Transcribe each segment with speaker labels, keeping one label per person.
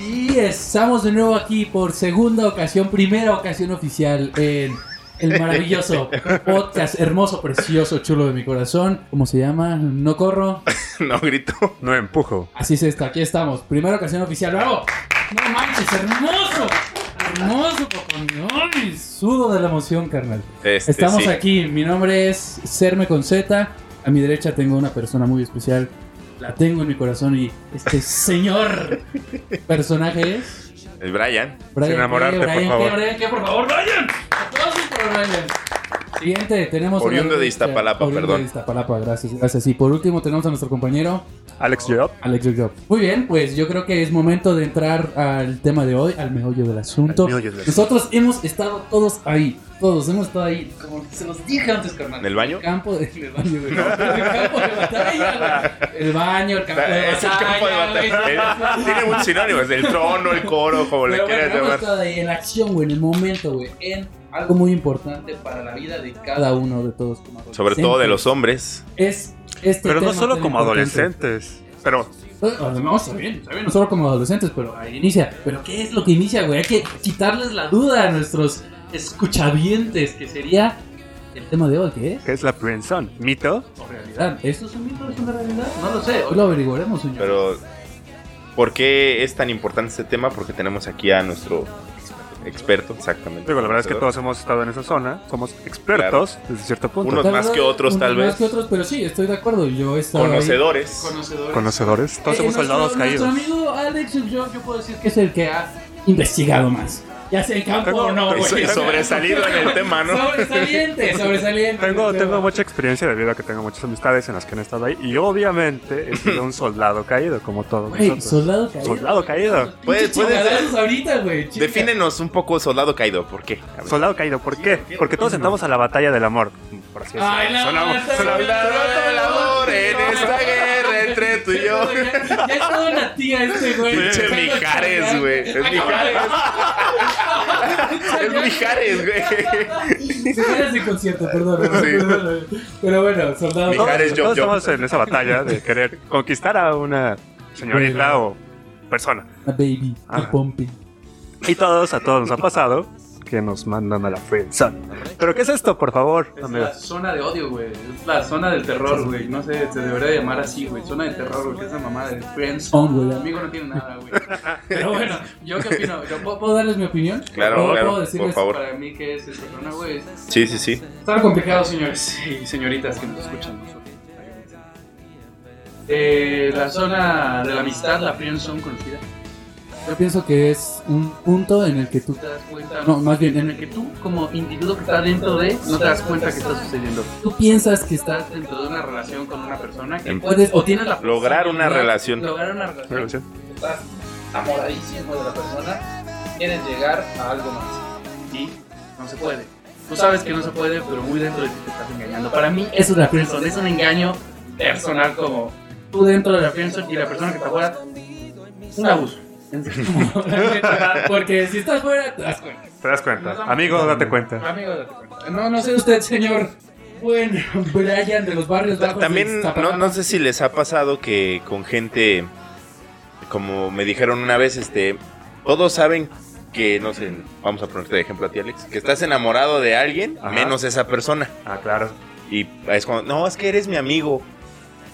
Speaker 1: Y estamos de nuevo aquí por segunda ocasión, primera ocasión oficial en el maravilloso podcast, hermoso, precioso, chulo de mi corazón. ¿Cómo se llama? No corro.
Speaker 2: No grito.
Speaker 3: No empujo.
Speaker 1: Así es esto, aquí estamos. Primera ocasión oficial, bravo. No manches, hermoso. Hermoso, papá. Ay, sudo de la emoción, carnal.
Speaker 2: Este,
Speaker 1: Estamos
Speaker 2: sí.
Speaker 1: aquí, mi nombre es Serme con Z. A mi derecha tengo una persona muy especial. La tengo en mi corazón y este señor personaje es.
Speaker 2: El Brian.
Speaker 1: Brian.
Speaker 3: Sin enamorarte,
Speaker 1: ¿qué?
Speaker 3: por
Speaker 1: Brian,
Speaker 3: favor.
Speaker 1: ¿qué? Brian, ¿qué? por favor, Brian. Aplausos para Brian. Siguiente, tenemos.
Speaker 2: Oriundo de Iztapalapa,
Speaker 1: Oriundo
Speaker 2: perdón.
Speaker 1: de Iztapalapa, gracias, gracias. Y por último tenemos a nuestro compañero
Speaker 3: Alex Job.
Speaker 1: Alex Job. Muy bien, pues yo creo que es momento de entrar al tema de hoy, al meollo del asunto.
Speaker 3: Al meollo del asunto.
Speaker 1: Nosotros hemos estado todos ahí, todos hemos estado ahí, como se los dije antes, carnal.
Speaker 2: ¿En el baño?
Speaker 1: campo de, en el baño, güey. En el campo de batalla, güey. El baño, el campo de batalla.
Speaker 2: Es el campo de batalla.
Speaker 1: güey.
Speaker 2: Tiene un sinónimo, es el trono, el coro, como le
Speaker 1: Pero bueno,
Speaker 2: quieras
Speaker 1: hemos
Speaker 2: llamar.
Speaker 1: estado ahí en la acción, güey, en el momento, güey, en algo muy importante para la vida de cada uno de todos. como
Speaker 2: Sobre todo de los
Speaker 1: adolescentes.
Speaker 2: hombres.
Speaker 1: Es este
Speaker 3: Pero no
Speaker 1: tema
Speaker 3: solo
Speaker 1: tan
Speaker 3: como
Speaker 1: importante.
Speaker 3: adolescentes. Pero
Speaker 1: No, está bien, está bien, no solo como adolescentes, pero ahí inicia. ¿Pero qué es lo que inicia, güey? Hay que quitarles la duda a nuestros escuchavientes, que sería el tema de hoy, ¿qué es?
Speaker 3: ¿qué es la Friendzone? ¿Mito?
Speaker 1: ¿O realidad? ¿Esto es un mito? ¿Es una realidad? No lo sé, hoy lo averiguaremos, señor.
Speaker 2: Pero, ¿por qué es tan importante este tema? Porque tenemos aquí a nuestro experto, exactamente.
Speaker 3: Digo, la verdad es que todos hemos estado en esa zona. Somos expertos desde cierto punto.
Speaker 2: Unos más que otros,
Speaker 1: unos
Speaker 2: tal
Speaker 1: más
Speaker 2: vez.
Speaker 1: que otros, pero sí, estoy de acuerdo. Yo he estado ahí.
Speaker 2: Conocedores.
Speaker 1: Conocedores.
Speaker 3: Conocedores. Todos
Speaker 1: Eh,
Speaker 3: somos soldados
Speaker 1: nuestro-
Speaker 3: caídos.
Speaker 1: Nuestro amigo Alex, yo, yo puedo decir que es el que ha investigado más. Ya sea en campo
Speaker 3: Tengo-
Speaker 1: o no,
Speaker 2: Y so-
Speaker 1: güey.
Speaker 2: y sobresalido en el tema, ¿no?
Speaker 1: Sobresaliente, sobresaliente.
Speaker 3: Tengo,
Speaker 1: Pero-
Speaker 3: tengo mucha experiencia debido a que tengo muchas amistades en las que han estado ahí. Y obviamente he sido un soldado caído, como todos
Speaker 1: Güey,
Speaker 3: nosotros.
Speaker 1: soldado caído.
Speaker 3: Soldado caído.
Speaker 2: Puedes-
Speaker 1: Pinches
Speaker 2: puedes-
Speaker 1: chingadazos ahorita, güey. chinga.
Speaker 2: Defínenos un poco soldado caído, ¿por qué? A ver.
Speaker 3: Soldado caído, ¿por qué? Porque todos entramos a la batalla del amor. Por así decirlo.
Speaker 1: Ay, la
Speaker 3: Sonamos-
Speaker 1: mata,
Speaker 3: sonamos-
Speaker 2: Soldado del amor en esta guerra entre tú y yo.
Speaker 1: Ya ya es toda una tía este, güey.
Speaker 2: Pinche Mijares, güey. Es Mijares. Es Mijares, güey.
Speaker 1: Mijares de concierto, perdón.
Speaker 2: Sí.
Speaker 1: perdón. Pero bueno, soldado.
Speaker 2: Mijares.
Speaker 3: todos,
Speaker 2: Mijares, yo-
Speaker 3: todos
Speaker 2: yo.
Speaker 3: estamos en esa batalla de querer conquistar a una señorita o persona.
Speaker 1: A baby, a
Speaker 3: Ajá.
Speaker 1: Pompi.
Speaker 3: Y todos, a todos nos ha pasado que nos mandan a la friendzone. ¿Pero qué es esto, por favor,
Speaker 4: Es
Speaker 3: amigos?
Speaker 4: la zona de odio, güey. Es la zona del terror, güey. No sé, se debería llamar así, güey. Zona de terror, güey. que Es la mamada de Friends.
Speaker 1: On, güey.
Speaker 4: Amigo no tiene nada, güey.
Speaker 1: Pero bueno,
Speaker 4: Yo qué opino. Yo
Speaker 1: ¿puedo,
Speaker 4: puedo-
Speaker 1: puedo darles mi opinión?
Speaker 2: Claro,
Speaker 1: ¿Puedo-
Speaker 2: claro,
Speaker 1: puedo decirles-
Speaker 2: por favor.
Speaker 4: para mí que es esta zona, güey.
Speaker 2: Sí, sí, sí.
Speaker 4: Está complicado, señores y señoritas que nos escuchan. Eh, la zona de la amistad, la Friends son conocida.
Speaker 1: Yo pienso que es un punto en el que tú
Speaker 4: Te das cuenta,
Speaker 1: No, más bien, en
Speaker 4: en el que tú, como individuo que está dentro de, no te das cuenta que está sucediendo.
Speaker 1: tú piensas que estás
Speaker 4: Estás dentro de una relación con una persona que
Speaker 2: Em-
Speaker 1: puedes o tienes
Speaker 4: tienes
Speaker 1: la
Speaker 4: la
Speaker 2: Lograr una relación.
Speaker 4: lograr una relación.
Speaker 3: Relación.
Speaker 4: Estás enamoradísimo de la persona, quieres llegar a algo más. Y no se puede. Tú sabes que no se puede, pero muy dentro de ti te estás engañando. Para mí es una friendzone, es un engaño personal como tú dentro de la friendzone y la persona que está afuera, un abuso.
Speaker 1: porque si estás fuera te das cuenta.
Speaker 3: Te das cuenta. Amigo, date cuenta.
Speaker 4: Amigo, date cuenta.
Speaker 1: No, no sé usted, señor. Bueno, Brian de los barrios bajos.
Speaker 2: También
Speaker 1: de Iztapalapa.
Speaker 2: no, no sé si les ha pasado que con gente, como me dijeron una vez, este, todos saben que, no sé, vamos a ponerte de ejemplo a ti, Alex, que estás enamorado de alguien
Speaker 3: Ajá.
Speaker 2: menos esa persona.
Speaker 3: Ah, claro.
Speaker 2: Y es cuando, no, es que eres mi amigo.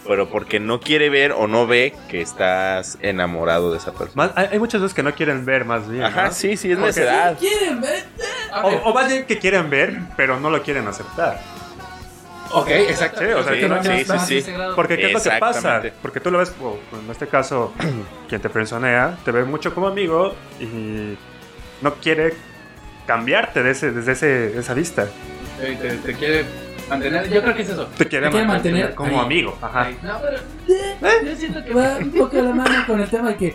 Speaker 2: Pero porque no quiere ver o no ve que estás enamorado de esa persona.
Speaker 3: Más- hay, hay muchas veces que no quieren ver, más bien.
Speaker 2: Ajá,
Speaker 3: ¿no?
Speaker 2: sí, sí, es
Speaker 3: Porque-
Speaker 2: necedad.
Speaker 1: ¿Quieren ver?
Speaker 3: O, o más bien que quieren ver, pero no lo quieren aceptar.
Speaker 4: Ok, exacto.
Speaker 3: Sí, o sea,
Speaker 2: Sí,
Speaker 3: que no-
Speaker 2: sí, sí, sí.
Speaker 3: Porque ¿qué es lo que pasa?
Speaker 2: Exactamente.
Speaker 3: Porque tú lo ves, o en este caso, quien te personea, te ve mucho como amigo y no quiere cambiarte de ese, desde ese, esa vista.
Speaker 4: Te, te- te quiere mantener. Yo creo que es eso.
Speaker 3: Te quiere,
Speaker 1: Te quiere mantener
Speaker 3: como
Speaker 1: ahí.
Speaker 3: amigo. Ajá.
Speaker 4: No, pero yo siento que
Speaker 1: ¿Eh? Va un poco de la mano con el tema de que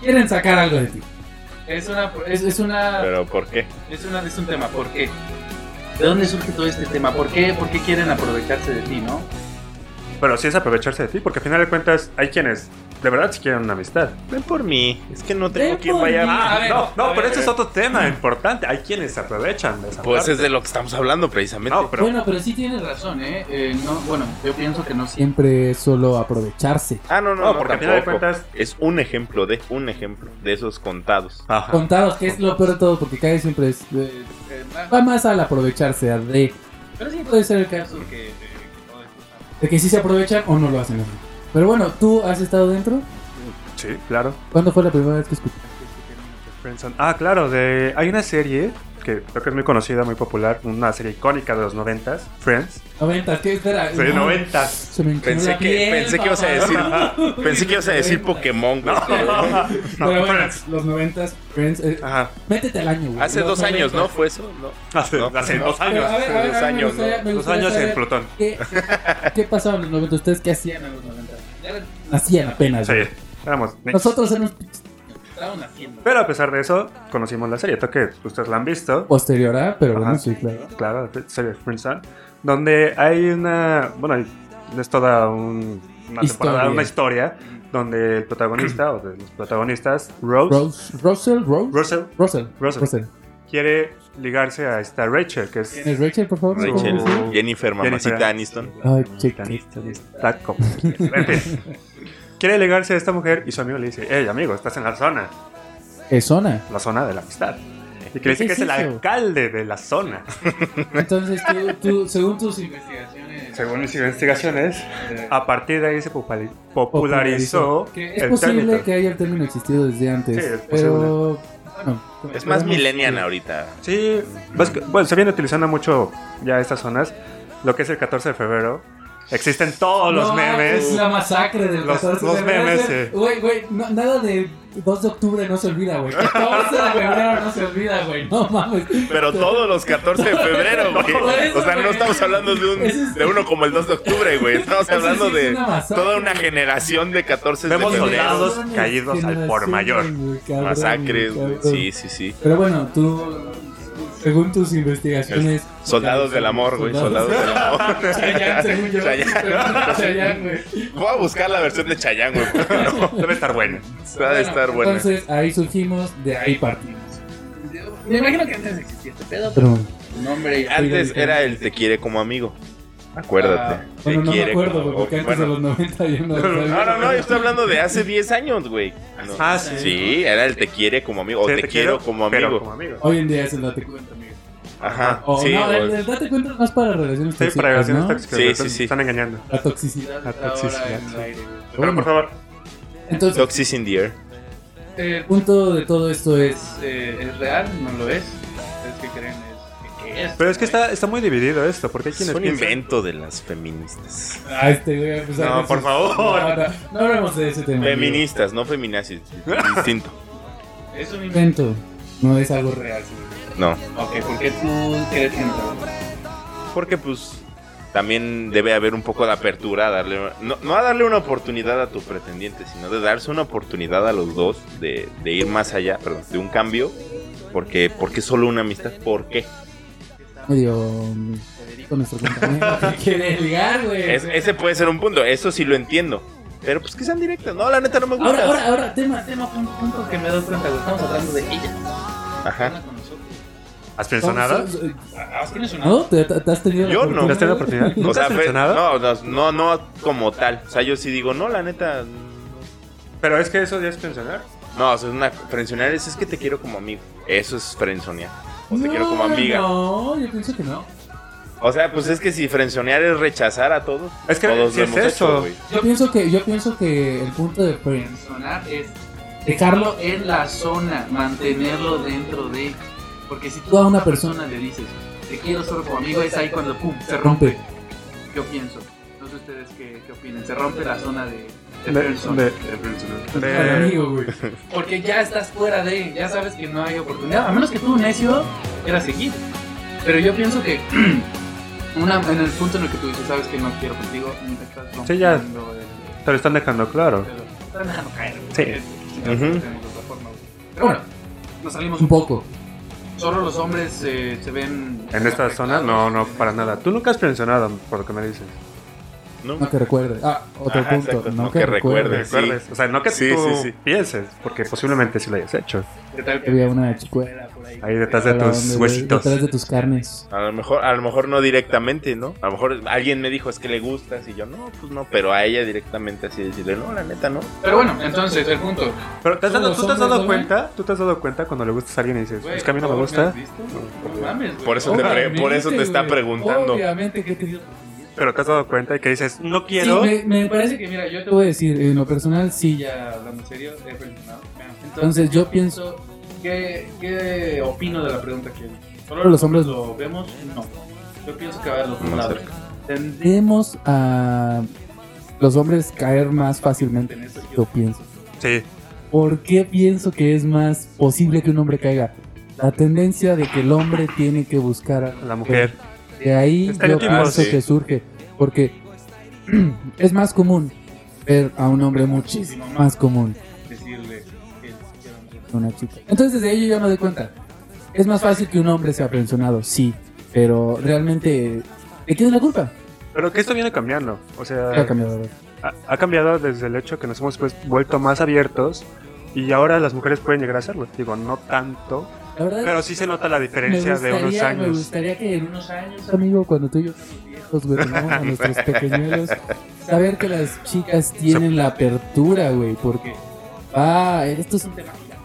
Speaker 1: quieren sacar algo de ti.
Speaker 4: es una, es, es una,
Speaker 2: Pero ¿por qué?
Speaker 4: es una, es un tema. ¿Por qué? ¿De dónde surge todo este tema? ¿Por qué, por qué quieren aprovecharse de ti, no?
Speaker 3: Pero sí es aprovecharse de ti, porque al final de cuentas hay quienes de verdad si quieren una amistad.
Speaker 2: Ven por mí. Es que no
Speaker 1: Ven
Speaker 2: tengo quien
Speaker 1: por
Speaker 2: vaya.
Speaker 1: mí.
Speaker 2: Ah,
Speaker 1: A ver,
Speaker 3: no, no,
Speaker 4: a
Speaker 3: pero
Speaker 4: ver,
Speaker 3: ese
Speaker 4: a
Speaker 3: es
Speaker 4: ver.
Speaker 3: otro tema importante. Hay quienes se aprovechan de esa
Speaker 2: Pues
Speaker 3: parte.
Speaker 2: es de lo que estamos hablando precisamente.
Speaker 3: No, pero
Speaker 1: Bueno, pero sí tienes razón, ¿eh? Eh, no, bueno, yo pienso que no siempre es solo aprovecharse.
Speaker 2: Ah, no, no,
Speaker 3: No,
Speaker 2: no,
Speaker 3: porque al final de
Speaker 2: tampoco.
Speaker 3: cuentas-
Speaker 2: Es un ejemplo de, un ejemplo de esos contados.
Speaker 3: Ajá.
Speaker 1: Contados, que es lo peor de todo, porque cada vez siempre es, eh,
Speaker 4: Ah. Eh, ma-
Speaker 1: va más al aprovecharse, al de,
Speaker 4: Pero sí
Speaker 1: puede ser el caso
Speaker 4: que, eh, que todo esto está-
Speaker 1: de que sí se aprovechan o no lo hacen. así. Pero bueno, ¿tú has estado dentro?
Speaker 3: Sí, claro.
Speaker 1: ¿Cuándo fue la primera vez que escuchaste?
Speaker 3: Friendzone. Ah, claro, de, hay una serie que creo que es muy conocida, muy popular, una serie icónica de los noventas, Friends.
Speaker 1: 90, ¿qué espera?
Speaker 3: De
Speaker 1: No,
Speaker 3: noventas.
Speaker 1: Se me enchinó
Speaker 2: Pensé
Speaker 1: la
Speaker 2: que,
Speaker 1: piel,
Speaker 2: pensé que ibas a decir.
Speaker 1: papá.
Speaker 2: Pensé que ibas a decir Pokémon, güey.
Speaker 1: Pero bueno,
Speaker 3: Friends.
Speaker 1: los 90, Friends. eh,
Speaker 3: Ajá.
Speaker 1: métete al año, güey.
Speaker 2: Ah. Hace
Speaker 1: Los
Speaker 2: dos años, ¿no?
Speaker 1: 90s.
Speaker 2: ¿Fue eso? No.
Speaker 3: Hace,
Speaker 2: No,
Speaker 3: hace
Speaker 2: no.
Speaker 3: dos
Speaker 1: Pero,
Speaker 3: años.
Speaker 1: a ver, a ver,
Speaker 2: Dos
Speaker 1: a ver, me
Speaker 2: años,
Speaker 1: gustaría-
Speaker 2: ¿no?
Speaker 1: me
Speaker 3: Dos
Speaker 1: gustaría
Speaker 3: años en
Speaker 1: saber
Speaker 3: Plutón.
Speaker 1: ¿Qué, qué pasaba en los 90? ¿Ustedes qué hacían en los 90?
Speaker 4: Ya la-
Speaker 1: Nacían apenas.
Speaker 3: Sí,
Speaker 1: güey.
Speaker 3: éramos niños.
Speaker 1: Nosotros éramos
Speaker 4: estaban haciendo.
Speaker 3: Pero a pesar de eso, conocimos la serie. Creo que ustedes la han visto.
Speaker 1: posterior a, pero bueno,
Speaker 3: Ajá.
Speaker 1: sí, claro.
Speaker 3: Claro, la serie de Friendzone. Donde hay una. Bueno, hay- es toda un- una temporada,
Speaker 1: Historia.
Speaker 3: una historia. Donde el protagonista o de los protagonistas, Rose,
Speaker 1: Rose, Russell, Rose.
Speaker 3: Russell,
Speaker 1: Russell.
Speaker 3: Russell. quiere ligarse a esta Rachel, que es.
Speaker 1: ¿Es Rachel, por favor?
Speaker 2: Rachel,
Speaker 1: ¿Cómo se llama?
Speaker 2: Jennifer, mamacita
Speaker 3: Jennifer.
Speaker 2: Aniston.
Speaker 1: Ay, chica.
Speaker 3: Está como- En fin. Quiere ligarse a esta mujer y su amigo le dice: Hey, amigo, estás en la zona,
Speaker 1: Es zona.
Speaker 3: la zona de la amistad. Y que le dice
Speaker 1: ¿Qué
Speaker 3: que
Speaker 1: es
Speaker 3: es el
Speaker 1: eso?
Speaker 3: alcalde de la zona.
Speaker 1: Entonces, tú, tú, según tus
Speaker 4: Investigaciones.
Speaker 3: Según mis investigaciones,
Speaker 4: eh,
Speaker 3: a partir de ahí se popali- popularizó
Speaker 1: Que es
Speaker 3: el
Speaker 1: posible
Speaker 3: término.
Speaker 1: que haya el término existido desde antes.
Speaker 3: Sí, es
Speaker 1: pero. Bueno,
Speaker 2: Es más
Speaker 1: digamos
Speaker 2: millennial
Speaker 1: que-
Speaker 2: ahorita.
Speaker 3: Sí, pues, que- bueno, se viene utilizando mucho ya estas zonas. Lo que es el 14 de febrero. Existen todos los
Speaker 1: No,
Speaker 3: memes.
Speaker 1: Es la masacre del
Speaker 3: Los-
Speaker 1: 14 de
Speaker 3: los
Speaker 1: febrero.
Speaker 3: memes,
Speaker 1: Ese-
Speaker 3: sí.
Speaker 1: Güey, güey, no- nada de 2 de octubre no se olvida, güey. 14 de febrero no se olvida, güey. No mames.
Speaker 2: Pero todos los 14 de febrero, güey.
Speaker 1: Por eso,
Speaker 2: O sea, no
Speaker 1: güey.
Speaker 2: estamos hablando de,
Speaker 1: Ese es-
Speaker 2: un, de uno como el 2 de octubre, güey. Estamos
Speaker 1: Eso sí
Speaker 2: hablando
Speaker 1: es
Speaker 2: de
Speaker 1: una masacre,
Speaker 2: toda una
Speaker 1: güey.
Speaker 2: generación de 14 de
Speaker 3: Vemos
Speaker 2: febrero.
Speaker 3: soldados. caídos al por mayor.
Speaker 1: Generaciones, güey, cabrón,
Speaker 2: Masacres,
Speaker 1: güey,
Speaker 2: güey.
Speaker 1: cabrón.
Speaker 2: Sí, sí, sí.
Speaker 1: Pero bueno, tú, según tus investigaciones.
Speaker 2: Soldados del amor, güey. Soldados del amor.
Speaker 1: Chayanne, según yo.
Speaker 2: Chayanne.
Speaker 1: Chayanne, güey.
Speaker 2: Voy a buscar la versión de Chayán, güey. porque no,
Speaker 3: Debe estar bueno.
Speaker 2: ha de estar buena.
Speaker 1: Entonces, ahí surgimos, de ahí partimos.
Speaker 4: Me imagino que antes existía este pedo, pero
Speaker 1: Pero,
Speaker 4: su nombre y
Speaker 2: Antes era el te quiere como amigo. Acuérdate. te
Speaker 1: Ah, bueno, no me
Speaker 2: quiere
Speaker 1: acuerdo,
Speaker 2: como-
Speaker 1: güey, porque antes
Speaker 2: bueno,
Speaker 1: de los 90 yo no lo
Speaker 2: No,
Speaker 1: sabía.
Speaker 2: no, no, yo estoy hablando de hace 10 años, güey. No.
Speaker 3: Ah, sí.
Speaker 2: Sí, era el te quiere como amigo, o
Speaker 3: Sí,
Speaker 2: te, quiero, como
Speaker 3: pero
Speaker 2: amigo.
Speaker 3: como Ah, oh, amigo.
Speaker 1: Hoy en día es el date cuenta, amigo.
Speaker 2: Ajá,
Speaker 1: O,
Speaker 2: sí,
Speaker 1: Oh, no,
Speaker 2: pues. o-
Speaker 1: el, el date cuenta es más para relaciones
Speaker 3: Sí, para relaciones
Speaker 1: ¿no?
Speaker 3: tóxicas.
Speaker 2: Sí,
Speaker 3: me
Speaker 2: sí,
Speaker 3: están-
Speaker 2: sí.
Speaker 3: Están engañando.
Speaker 1: La toxicidad.
Speaker 4: La
Speaker 3: La
Speaker 4: toxicidad.
Speaker 3: toxicidad,
Speaker 4: en el
Speaker 3: sí.
Speaker 4: aire, güey.
Speaker 3: Pero por favor,
Speaker 1: Entonces,
Speaker 2: Toxic in the air.
Speaker 4: Eh,
Speaker 1: el punto de todo esto es.
Speaker 4: es, eh, ¿Es real? ¿No lo es? ¿Ustedes qué creen? ¿Es, ¿Qué es?
Speaker 3: Pero es que está, está muy dividido esto, porque hay
Speaker 2: Es
Speaker 3: quienes
Speaker 2: un
Speaker 3: piensan-
Speaker 2: invento de las feministas.
Speaker 1: Ah, este, güey, pues,
Speaker 2: No,
Speaker 1: a ver
Speaker 2: por
Speaker 1: si-
Speaker 2: favor.
Speaker 1: No, no, no hablemos de ese tema. amigo.
Speaker 2: Feministas, no feminazis. Distinto.
Speaker 4: Es un invento
Speaker 1: invento. No es algo real.
Speaker 2: No.
Speaker 4: Ok, ¿por qué tú crees que no?
Speaker 2: Porque pues también debe haber un poco de apertura a darle no, no a darle una oportunidad a tu pretendiente, sino de darse una oportunidad a los dos de, de ir más allá, perdón, de un cambio. Porque, ¿Por qué solo una amistad? ¿Por qué?
Speaker 1: Medio mm, con nuestro compañero que quiere ligar, güey.
Speaker 2: Es- ese puede ser un punto, eso sí lo entiendo. Pero pues que sean directas. No, la neta no me
Speaker 1: Ahora,
Speaker 2: gusta.
Speaker 1: ahora, ahora, tema.
Speaker 4: Tema, punto, punto que me doy cuenta, güey. Estamos hablando de ella.
Speaker 3: Ah.
Speaker 2: Ajá.
Speaker 4: Con nosotros.
Speaker 3: ¿Has pensado
Speaker 4: ¿Has
Speaker 1: eh, ¿No? ¿Te, te- te has tenido la
Speaker 2: Yo no.
Speaker 1: oportunidad?
Speaker 3: ¿Te has tenido la oportunidad?
Speaker 2: O
Speaker 3: ¿Nunca
Speaker 2: sea,
Speaker 3: has
Speaker 2: fe-
Speaker 3: mencionado?
Speaker 2: no, no, no, no como tal. O sea, yo sí digo, no, la neta.
Speaker 3: Pero es que eso ya es pensionar.
Speaker 2: No, o sea, es una frenzonear es, es que te quiero como amigo. Eso es frenzonear. O te
Speaker 1: No,
Speaker 2: quiero como amiga.
Speaker 1: No, yo pienso que no.
Speaker 2: O sea, pues es que si frenzonear es rechazar a todos.
Speaker 3: Es que
Speaker 2: todos
Speaker 3: sí es eso.
Speaker 2: güey.
Speaker 1: Yo pienso que, yo pienso que el punto de Friends,
Speaker 4: Sonar es dejarlo en la zona, mantenerlo dentro de. Porque si tú a una persona le dices, te quiero solo como amigo, es ahí cuando pum, se
Speaker 1: se
Speaker 4: rompe.
Speaker 1: rompe.
Speaker 4: Yo pienso. No sé ustedes qué, qué opinan. Se rompe la zona de. de
Speaker 3: De-
Speaker 4: friendzone.
Speaker 3: de-
Speaker 1: Al
Speaker 3: De-
Speaker 1: amigo, güey.
Speaker 4: Porque ya estás fuera de, ya sabes que no hay oportunidad. A menos que tú, necio, era seguir. Pero yo pienso que una, en el punto en el que tú dices, sabes que no quiero contigo, ni te estás
Speaker 3: Sí, ya.
Speaker 4: rompiendo el-
Speaker 3: Te lo están dejando claro.
Speaker 4: te lo están dejando caer. güey.
Speaker 3: Sí.
Speaker 4: Es- es- es-
Speaker 2: Ujú.
Speaker 4: es- tenemos otra forma, güey. Pero bueno, nos salimos
Speaker 1: Un poco.
Speaker 4: Solo los hombres eh, se ven.
Speaker 3: En esta zona, no, no, para nada. Tú nunca has pensionado, por lo que me dices.
Speaker 2: No.
Speaker 1: No que recuerdes. Ah, otro
Speaker 2: Ajá,
Speaker 1: punto.
Speaker 2: exacto,
Speaker 1: No, que, recuerdes.
Speaker 2: Sí.
Speaker 3: recuerdes. O sea, no que
Speaker 2: Sí,
Speaker 3: tú
Speaker 2: sí, sí.
Speaker 3: pienses, porque posiblemente sí lo hayas hecho.
Speaker 4: ¿Qué tal que
Speaker 1: Había una chicuela
Speaker 4: por ahí?
Speaker 3: Ahí detrás de
Speaker 1: Hola,
Speaker 3: tus
Speaker 1: ¿dónde, güey?
Speaker 3: huesitos.
Speaker 1: Detrás de tus carnes.
Speaker 2: A lo mejor, a lo mejor no directamente, ¿no? A lo mejor alguien me dijo es que le gustas y yo no, pues no, pero a ella directamente así decirle, no, la neta no.
Speaker 4: Pero bueno, entonces, el punto.
Speaker 3: Pero ¿te has
Speaker 1: Son
Speaker 3: dado,
Speaker 1: los
Speaker 3: ¿tú te has
Speaker 1: hombres,
Speaker 3: dado
Speaker 1: ¿no,
Speaker 3: cuenta? ¿Tú te has dado cuenta cuando le gustas a alguien y dices,
Speaker 4: Güey,
Speaker 3: es que a mí no me
Speaker 4: ¿todo
Speaker 3: gusta?
Speaker 4: has visto? No mames, güey.
Speaker 2: Por eso te pre-
Speaker 1: Obviamente,
Speaker 2: por eso te está
Speaker 1: güey.
Speaker 2: preguntando.
Speaker 1: Obviamente que te digo.
Speaker 3: Pero te has dado cuenta y que dices, no
Speaker 1: Sí,
Speaker 3: quiero.
Speaker 1: me, me parece que, mira, yo te voy a decir, en lo personal, sí, ya.
Speaker 4: Ya, hablando en serio, he preguntado. Bueno, Entonces,
Speaker 1: Entonces yo pienso,
Speaker 4: ¿qué, ¿qué opino de la pregunta que solo los hombres lo vemos? No. Yo pienso que va a los
Speaker 2: Más
Speaker 4: lados.
Speaker 2: cerca.
Speaker 4: Tendría
Speaker 1: tendemos a los hombres caer más fácilmente en eso, yo pienso.
Speaker 3: Sí,
Speaker 1: ¿Por qué pienso que es más posible que un hombre caiga? La tendencia de que el hombre tiene que buscar a
Speaker 3: la mujer.
Speaker 1: De ahí yo
Speaker 3: Estereotipos.
Speaker 1: pienso
Speaker 2: Ah, sí.
Speaker 1: que surge, porque es más común ver a un hombre muchísimo más común
Speaker 4: que decirle que quiero mujer.
Speaker 1: que una chica. Entonces desde ahí yo ya me doy cuenta. Es más fácil que un hombre sea aprehensionado, sí, pero realmente ¿de quién es la culpa?
Speaker 3: Pero que esto viene cambiando. O
Speaker 1: Ya ha
Speaker 3: sea,
Speaker 1: cambiado. ¿verdad?
Speaker 3: ha, ha cambiado desde el hecho que nos hemos pues, vuelto más abiertos y ahora las mujeres pueden llegar a hacerlo. Digo, no tanto,
Speaker 1: La verdad
Speaker 3: pero sí se nota la
Speaker 1: me
Speaker 3: diferencia de unos
Speaker 1: gustaría- Me
Speaker 3: años.
Speaker 1: gustaría que en unos años, amigo, cuando tú y yo seamos viejos, güey, tengamos a nuestros pequeñuelos, saber que las chicas tienen la apertura, güey, porque, ah, esto es un tema gigante,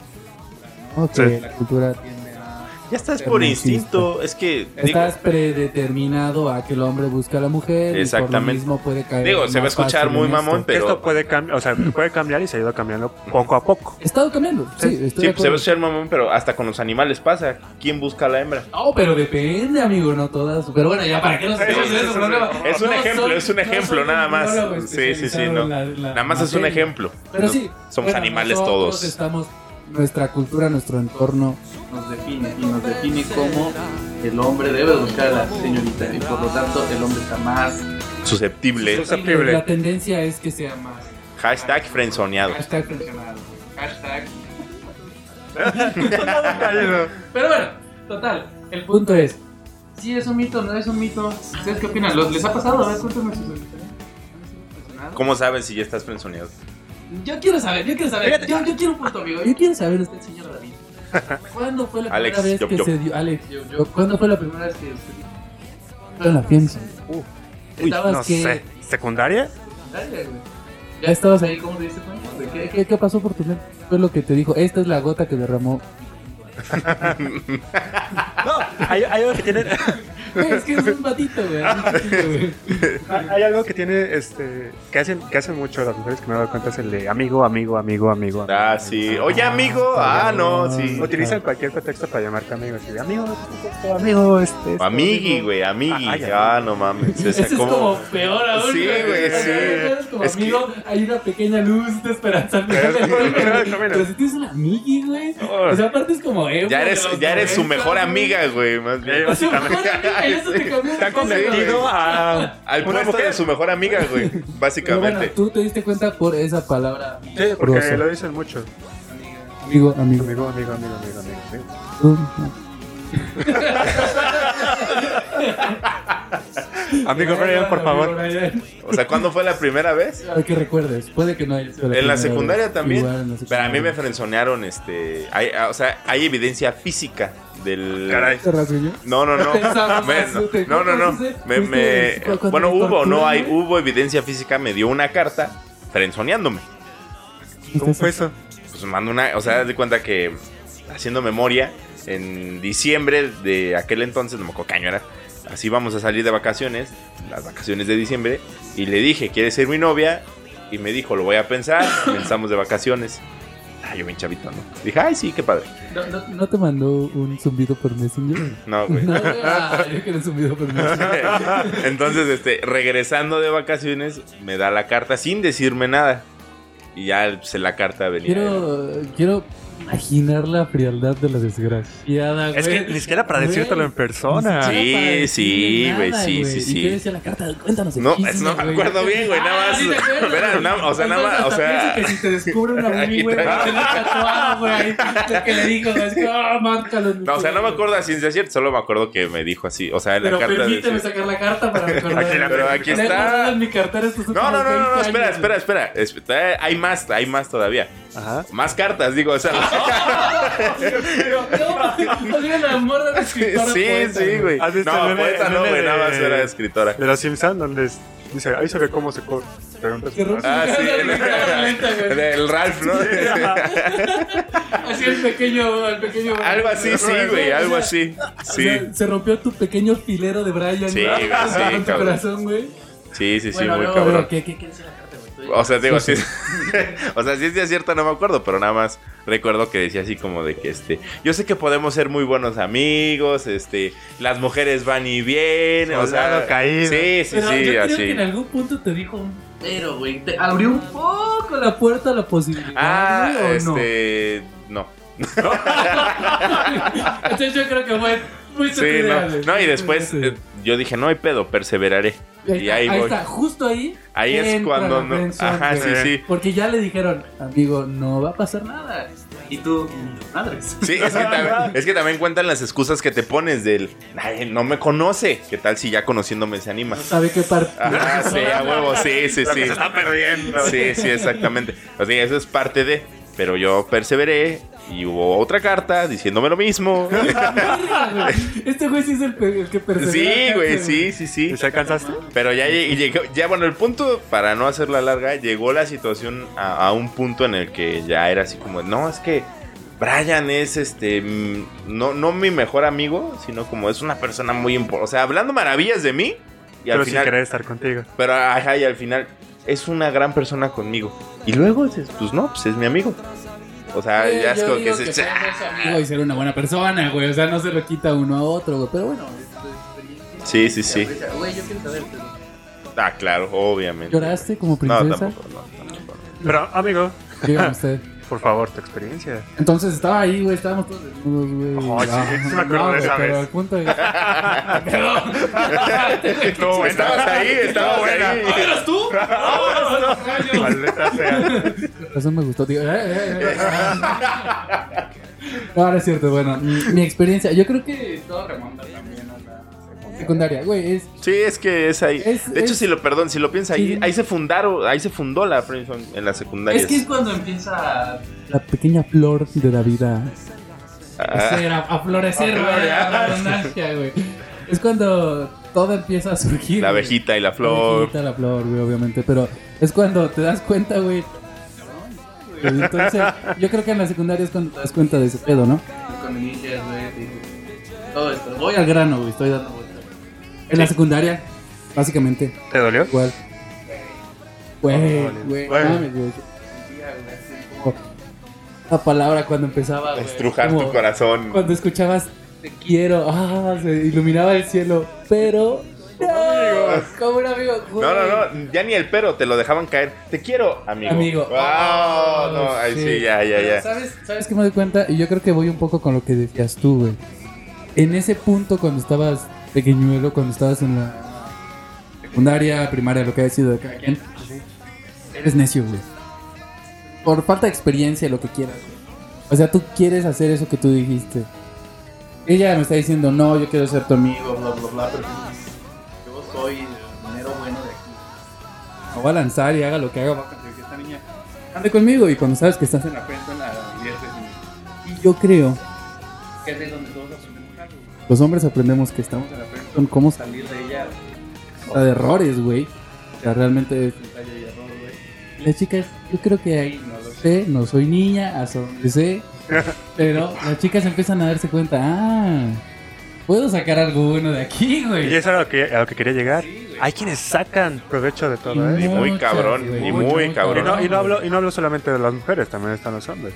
Speaker 1: ¿no? Que
Speaker 3: Sí.
Speaker 1: la cultura
Speaker 4: Tiende a-
Speaker 2: Ya estás
Speaker 1: Pero
Speaker 2: por
Speaker 1: no
Speaker 2: instinto, es que digo,
Speaker 1: Estás predeterminado a que el hombre busca a la mujer y por lo
Speaker 2: Exactamente.
Speaker 1: mismo puede caer.
Speaker 2: digo, se va a
Speaker 1: eh, más
Speaker 2: escuchar
Speaker 1: fácil
Speaker 2: muy
Speaker 1: en esto.
Speaker 2: mamón,
Speaker 3: Que Esto
Speaker 2: pero
Speaker 3: puede cambiar, o sea, puede cambiar y se ha ido cambiando poco a poco.
Speaker 1: He estado cambiando, sí,
Speaker 3: Sí,
Speaker 1: estoy
Speaker 2: sí,
Speaker 1: de
Speaker 2: pues, se va a
Speaker 1: acuerdo.
Speaker 2: escuchar mamón, pero hasta con los animales pasa. ¿Quién busca a la hembra?
Speaker 1: No, pero depende, amigo, no todas. Pero bueno, ya para qué nos
Speaker 3: Eso
Speaker 1: hacemos
Speaker 3: es-
Speaker 1: de
Speaker 3: eso
Speaker 1: ese
Speaker 3: es-
Speaker 1: problema.
Speaker 2: es un
Speaker 1: No
Speaker 2: ejemplo,
Speaker 1: soy-
Speaker 2: es un
Speaker 1: no
Speaker 2: ejemplo,
Speaker 1: soy
Speaker 2: nada más.
Speaker 1: criminólogo
Speaker 2: Sí, sí, sí, no.
Speaker 1: especializado en la- la
Speaker 2: Nada más es un
Speaker 1: materia.
Speaker 2: ejemplo.
Speaker 1: Ah, Pero
Speaker 2: No-
Speaker 1: sí,
Speaker 2: somos
Speaker 1: bueno,
Speaker 2: animales
Speaker 1: nosotros
Speaker 2: todos.
Speaker 1: Estamos, nuestra cultura, nuestro entorno.
Speaker 4: nos define y nos define cómo el hombre debe buscar a la señorita y por lo tanto el hombre está más
Speaker 2: Susceptible.
Speaker 3: Susceptible. Susceptible.
Speaker 1: La tendencia es que sea más.
Speaker 2: Hashtag frenzoneado.
Speaker 1: Hashtag
Speaker 4: funcional. Hashtag.
Speaker 3: Pero
Speaker 4: Pero bueno, total, el
Speaker 1: El
Speaker 4: punto
Speaker 1: punto es,
Speaker 4: sí es un mito, no es un mito. ¿Ustedes qué opinan? ¿Los- ¿Les ha pasado? A ver, cuéntenme sus opiniones.
Speaker 2: ¿Cómo saben si ya estás frenzoneado?
Speaker 4: Yo quiero saber, yo quiero saber. Yo, yo quiero un punto, amigo.
Speaker 1: yo quiero saber usted, señor David, ¿cuándo fue la
Speaker 2: Alex,
Speaker 1: primera vez
Speaker 2: yo-
Speaker 1: que
Speaker 2: yo.
Speaker 1: se dio... Alex,
Speaker 4: Yo- yo-
Speaker 1: ¿cuándo fue la primera
Speaker 4: primera vez que usted
Speaker 1: vez en la fiesta?
Speaker 3: Uy,
Speaker 1: Estabas
Speaker 3: no
Speaker 1: que-
Speaker 3: sé. ¿Secundaria?
Speaker 4: Dale, güey.
Speaker 1: Ya estabas
Speaker 4: ahí, ¿cómo te diste cuenta? ¿De qué?
Speaker 1: ¿Qué, qué pasó por tu mente? Fue lo que te dijo, esta es la gota que derramó.
Speaker 3: No, hay, hay algo que tiene,
Speaker 1: Güey, es que es un batito, güey. es un batito, güey.
Speaker 3: hay algo que tiene, este, que hacen, que hacen mucho las mujeres que me he dado cuenta es el de amigo, amigo, amigo, amigo.
Speaker 2: Ah, sí. Oye, amigo. Ah, no, sí.
Speaker 3: Utilizan cualquier pretexto para llamarte amigo. así de, amigo, esto, amigo, este. esto,
Speaker 2: Amigui,
Speaker 3: amigo".
Speaker 2: güey, amigui.
Speaker 3: Ah, ay,
Speaker 2: Ah, no mames. O sea,
Speaker 1: Eso es
Speaker 2: ¿cómo?
Speaker 1: como peor aún.
Speaker 2: Sí, güey, sí.
Speaker 1: Eres Como
Speaker 2: Es que-
Speaker 1: amigo, hay una pequeña luz de esperanza. al final
Speaker 3: Pero-
Speaker 1: del túnel,
Speaker 3: pero-
Speaker 1: güey.
Speaker 3: pero-
Speaker 1: Pero si tienes una amigui, güey. O sea, aparte es como... eh,
Speaker 2: Oh. Ya
Speaker 1: güey,
Speaker 2: eres,
Speaker 1: de los
Speaker 2: ya eres su
Speaker 1: 90,
Speaker 2: mejor
Speaker 1: güey.
Speaker 2: amiga, güey, más bien.
Speaker 1: O sea, mejor amiga, y eso te cambió
Speaker 3: Te
Speaker 1: la
Speaker 3: han
Speaker 1: cosa, güey.
Speaker 3: convertido a.
Speaker 2: Al
Speaker 3: una
Speaker 2: puesto de su mejor amiga, güey,
Speaker 1: Pero bueno,
Speaker 2: básicamente.
Speaker 1: tú te diste cuenta por esa palabra.
Speaker 3: Sí, porque
Speaker 1: Grosso.
Speaker 3: lo dicen mucho.
Speaker 1: Amigo, amigo.
Speaker 3: Amigo, amigo, amigo, amigo, amigo. amigo. Amigo Brian, por favor.
Speaker 2: O sea, ¿cuándo fue la primera vez?
Speaker 1: Hay que recuerdes, puede que no haya sido
Speaker 2: En la
Speaker 1: primera
Speaker 2: secundaria
Speaker 1: vez.
Speaker 2: también.
Speaker 1: Igual en la
Speaker 2: Pero a mí me
Speaker 1: secundaria.
Speaker 2: frenzonearon, este... hay- ah, o sea, hay evidencia física del...
Speaker 3: Caray.
Speaker 1: ¿Te rasguñó?
Speaker 2: No, no, no.
Speaker 1: Pensamos
Speaker 2: Me-
Speaker 1: eso, te-
Speaker 2: no, no, no.
Speaker 1: ¿Fuiste-
Speaker 2: Me- me-
Speaker 1: fuiste cuando
Speaker 2: bueno,
Speaker 1: te
Speaker 2: hubo, no
Speaker 1: torturan,
Speaker 2: hay,
Speaker 1: güey?
Speaker 2: hubo evidencia física. Me dio una carta frenzoneándome.
Speaker 3: ¿Cómo fue eso?
Speaker 2: Pues mando una, o sea, haz de cuenta que haciendo memoria, en diciembre de aquel entonces, no me acuerdo qué año era, así vamos a salir de vacaciones, las vacaciones de diciembre, y le dije, ¿quieres ser mi novia? Y me dijo, lo voy a pensar, pensamos de vacaciones. Ah, yo bien chavito, ¿no? Dije, ay, sí, qué padre.
Speaker 4: No, no,
Speaker 1: ¿No te mandó un zumbido por Messenger?
Speaker 2: No, güey.
Speaker 1: No, ah, yo quiero un zumbido por Messenger.
Speaker 2: Entonces, este, regresando de vacaciones, me da la carta sin decirme nada. Y ya pues, en la carta venía.
Speaker 1: Quiero, quiero imaginar la frialdad de la desgraciada, güey.
Speaker 3: Es que ni siquiera para
Speaker 1: Güey.
Speaker 3: decírtelo en persona.
Speaker 1: Ni siquiera para
Speaker 2: Sí, sí,
Speaker 1: decirle
Speaker 2: güey,
Speaker 1: nada,
Speaker 2: sí, sí, sí.
Speaker 1: ¿Y qué decía la carta? Cuéntanos el
Speaker 2: No,
Speaker 1: chisme,
Speaker 2: es- no me
Speaker 1: güey.
Speaker 2: acuerdo bien, güey. Nada
Speaker 1: Ah,
Speaker 2: más.
Speaker 1: sí te acuerdas,
Speaker 2: Mira,
Speaker 1: güey.
Speaker 2: nada- o sea, nada más. O
Speaker 1: Entonces, hasta
Speaker 2: sea.
Speaker 1: piensa que si te descubre una
Speaker 2: Ahí
Speaker 1: bully, güey,
Speaker 2: está.
Speaker 1: te la tatuado, güey. ahí, lo que le dijo, güey, es que, ah, márcalo.
Speaker 2: No, o sea, no me acuerdo a ciencia cierta, solo me acuerdo que me dijo así. O sea, en la
Speaker 1: Pero
Speaker 2: carta
Speaker 1: permíteme
Speaker 2: de.
Speaker 1: sacar la carta para recordar.
Speaker 3: Aquí la-
Speaker 2: Pero aquí
Speaker 1: Me he guardado
Speaker 2: está.
Speaker 1: en mi cartera estos
Speaker 2: No,
Speaker 1: últimos
Speaker 2: no, no, no, no,
Speaker 1: 20
Speaker 2: espera,
Speaker 1: años,
Speaker 2: espera, espera. Espera, Hay más, hay más todavía.
Speaker 3: Ajá.
Speaker 2: Más cartas, digo, o sea.
Speaker 1: Pero, no, o sea, el amor de la escritora
Speaker 2: Sí,
Speaker 1: poeta,
Speaker 2: sí, güey.
Speaker 3: ¿Has visto el
Speaker 2: No,
Speaker 3: meme-
Speaker 2: poeta
Speaker 3: el
Speaker 2: no,
Speaker 3: meme
Speaker 2: güey,
Speaker 3: de-
Speaker 2: nada más era escritora.
Speaker 3: De los Simpsons, donde es- dice, ahí se ve cómo se co- preguntas.
Speaker 1: Que rompe
Speaker 2: Ah,
Speaker 1: su
Speaker 2: sí.
Speaker 1: casa de guitarra lenta, güey.
Speaker 2: El Ralph, ¿no?
Speaker 1: Así el pequeño, el pequeño.
Speaker 2: Algo así, sí, güey, algo así.
Speaker 1: O
Speaker 2: Sí,
Speaker 1: sea, se rompió tu pequeño filero de Brian.
Speaker 2: Sí,
Speaker 1: güey.
Speaker 2: güey, sí,
Speaker 1: En tu
Speaker 2: cabrón.
Speaker 1: corazón, güey.
Speaker 2: sí, sí, sí,
Speaker 4: Bueno,
Speaker 2: muy
Speaker 4: luego,
Speaker 2: cabrón.
Speaker 1: Pero, ¿qué, qué, qué dice la carta, güey? Tú
Speaker 2: O sea, digo,
Speaker 1: Sí,
Speaker 2: sí. o sea, si es cierta, no me acuerdo, pero nada más recuerdo que decía así como de que este. Yo sé que podemos ser muy buenos amigos, este. Las mujeres van y vienen, o sea.
Speaker 3: Soldado caído.
Speaker 2: Sí, sí,
Speaker 1: Pero
Speaker 2: sí,
Speaker 1: yo creo
Speaker 2: así.
Speaker 1: que en algún punto te dijo un pero, güey. Te abrió un poco la puerta a la posibilidad.
Speaker 2: Ah,
Speaker 1: güey, ¿o no?
Speaker 2: este. No.
Speaker 1: Entonces yo creo que fue muy
Speaker 2: Sí, no. No, y después eh, yo dije, no hay pedo, perseveraré. Y ahí voy.
Speaker 1: está, justo ahí.
Speaker 2: Ahí es
Speaker 1: entra
Speaker 2: cuando
Speaker 1: la
Speaker 2: no.
Speaker 1: friendzone,
Speaker 2: Ajá, sí,
Speaker 1: güey.
Speaker 2: sí.
Speaker 1: Porque ya le dijeron, amigo, no va a pasar nada.
Speaker 4: Y tú, madres.
Speaker 2: Sí, es que, también, es que también cuentan las excusas que te pones del. "Ay, no me conoce. ¿Qué tal si ya conociéndome se anima?
Speaker 1: No sabe qué parte.
Speaker 2: Ajá, sí, a huevo, sí, sí, sí.
Speaker 3: perdiendo.
Speaker 2: Sí, sí, exactamente. O sea, eso es parte de. Pero yo perseveré y hubo otra carta diciéndome lo mismo.
Speaker 1: Verga, güey. Este güey sí es el, pe- el que persevera.
Speaker 2: Sí,
Speaker 1: cacho,
Speaker 2: güey, sí, sí, sí.
Speaker 3: ¿Y si alcanzaste?
Speaker 2: Pero ya lle- llegó, ya bueno, el punto, para no hacerla larga, llegó la situación a, a un punto en el que ya era así como, no, es que Brian es este, mm, no, no mi mejor amigo, sino como es una persona muy importante. O sea, hablando maravillas de mí y al
Speaker 3: Pero sin
Speaker 2: final
Speaker 3: querer estar contigo.
Speaker 2: Pero ajá, y al final es una gran persona conmigo. Y luego dices, pues no, pues es mi amigo. O sea,
Speaker 1: Eh,
Speaker 2: Ah, ya es
Speaker 1: yo
Speaker 2: como que
Speaker 1: digo
Speaker 2: se.
Speaker 1: que sean dos amigos y ser una buena persona, güey. O sea, no se lo quita uno a otro, güey. Pero bueno,
Speaker 2: Sí, sí, sí.
Speaker 4: Güey, yo quiero saber. pero-
Speaker 2: Ah, claro, obviamente.
Speaker 1: ¿lloraste como
Speaker 2: No,
Speaker 1: princesa?
Speaker 2: tampoco, no, tampoco.
Speaker 3: Pero, amigo,
Speaker 1: Dígame usted.
Speaker 3: por favor, tu experiencia.
Speaker 1: Entonces estaba ahí, güey, estábamos todos desnudos, güey.
Speaker 3: Ay, sí, sí me acuerdo de
Speaker 1: güey,
Speaker 3: esa
Speaker 1: pero
Speaker 3: vez.
Speaker 1: el punto es...
Speaker 3: No, bueno.
Speaker 2: Estabas ahí, estabas ahí.
Speaker 1: ¿Eras tú?
Speaker 3: Maldita sea.
Speaker 1: Eso me gustó, tío. Eh, eh, eh. No, no es cierto, bueno, mi, mi experiencia, yo creo que todo remonta también a la secundaria, güey, es...
Speaker 2: Sí, es que es ahí.
Speaker 1: Es-
Speaker 2: de hecho,
Speaker 1: es-
Speaker 2: si lo perdón, si lo piensas
Speaker 1: Sí.
Speaker 2: ahí, ahí se fundaron, ahí se fundó la Friendzone en la secundaria.
Speaker 4: Es que es cuando empieza a-
Speaker 1: La pequeña flor de la vida
Speaker 2: Ah,
Speaker 1: Ser, a, a florecer,
Speaker 2: A
Speaker 1: güey, a la
Speaker 2: florear.
Speaker 1: abundancia, güey. Es cuando todo empieza a surgir.
Speaker 2: la
Speaker 1: güey.
Speaker 2: abejita y la
Speaker 1: La
Speaker 2: flor.
Speaker 1: abejita, la flor, güey, obviamente. Pero es cuando te das cuenta, güey. Entonces, yo creo que en la secundaria es cuando te das cuenta de ese pedo, ¿no?
Speaker 4: cuando inicias, güey. y- Todo esto. Voy
Speaker 1: Voy
Speaker 4: a
Speaker 1: al grano, güey, estoy dando vueltas. En la secundaria, básicamente,
Speaker 3: ¿Te dolió?
Speaker 1: igual. Güey, güey,
Speaker 3: Güey.
Speaker 1: mames, güey. La palabra cuando empezaba, güey,
Speaker 2: Estrujar
Speaker 1: como-
Speaker 2: tu corazón.
Speaker 1: Cuando escuchabas te quiero, ah, se iluminaba el cielo, pero no, como un amigo. güey.
Speaker 2: No, no, no, ya ni el pero, te lo dejaban caer. Te quiero, amigo.
Speaker 1: Amigo.
Speaker 2: Wow,
Speaker 1: Oh,
Speaker 2: no, ahí sí,
Speaker 1: sí.
Speaker 2: ya, ya,
Speaker 1: Pero,
Speaker 2: ya.
Speaker 1: ¿Sabes, ¿Sabes qué me doy cuenta? Y yo creo que voy un poco con lo que decías tú, güey. En ese punto cuando estabas pequeñuelo, cuando estabas en la secundaria, primaria, lo que haya sido de cada quien, eres necio, güey. Por falta de experiencia, lo que quieras, güey. O sea, tú quieres hacer eso que tú dijiste. Ella me está diciendo, no, yo quiero ser tu amigo.
Speaker 4: amigo, bla, bla, bla. Pero yo soy el dinero bueno de aquí.
Speaker 1: No va a lanzar y haga lo que haga, va a conseguir que esta niña ande conmigo. Y cuando sabes que estás en la frente, la diviertes. Y yo creo,
Speaker 4: Que es de donde todos asumimos algo. güey.
Speaker 1: los hombres aprendemos que estamos en la frente con cómo salir
Speaker 4: Salir de ella.
Speaker 1: de errores, güey. O sea, realmente es-
Speaker 4: Ensayo y error, güey.
Speaker 1: Las chicas, yo creo que ahí no lo sé, no soy niña, hasta donde sé. Pero las chicas empiezan a darse cuenta, ah, puedo sacar algo bueno de aquí,
Speaker 3: Y
Speaker 1: güey.
Speaker 3: eso era lo que, a lo que quería llegar. Hay quienes sacan provecho de todo, ¿eh?
Speaker 2: muy
Speaker 1: muchas,
Speaker 2: cabrón,
Speaker 1: güey,
Speaker 2: y
Speaker 1: muchas,
Speaker 2: muy
Speaker 1: muchas,
Speaker 2: cabrón.
Speaker 3: Y no, y no
Speaker 1: güey.
Speaker 3: hablo, y no hablo solamente de las mujeres, también están los hombres.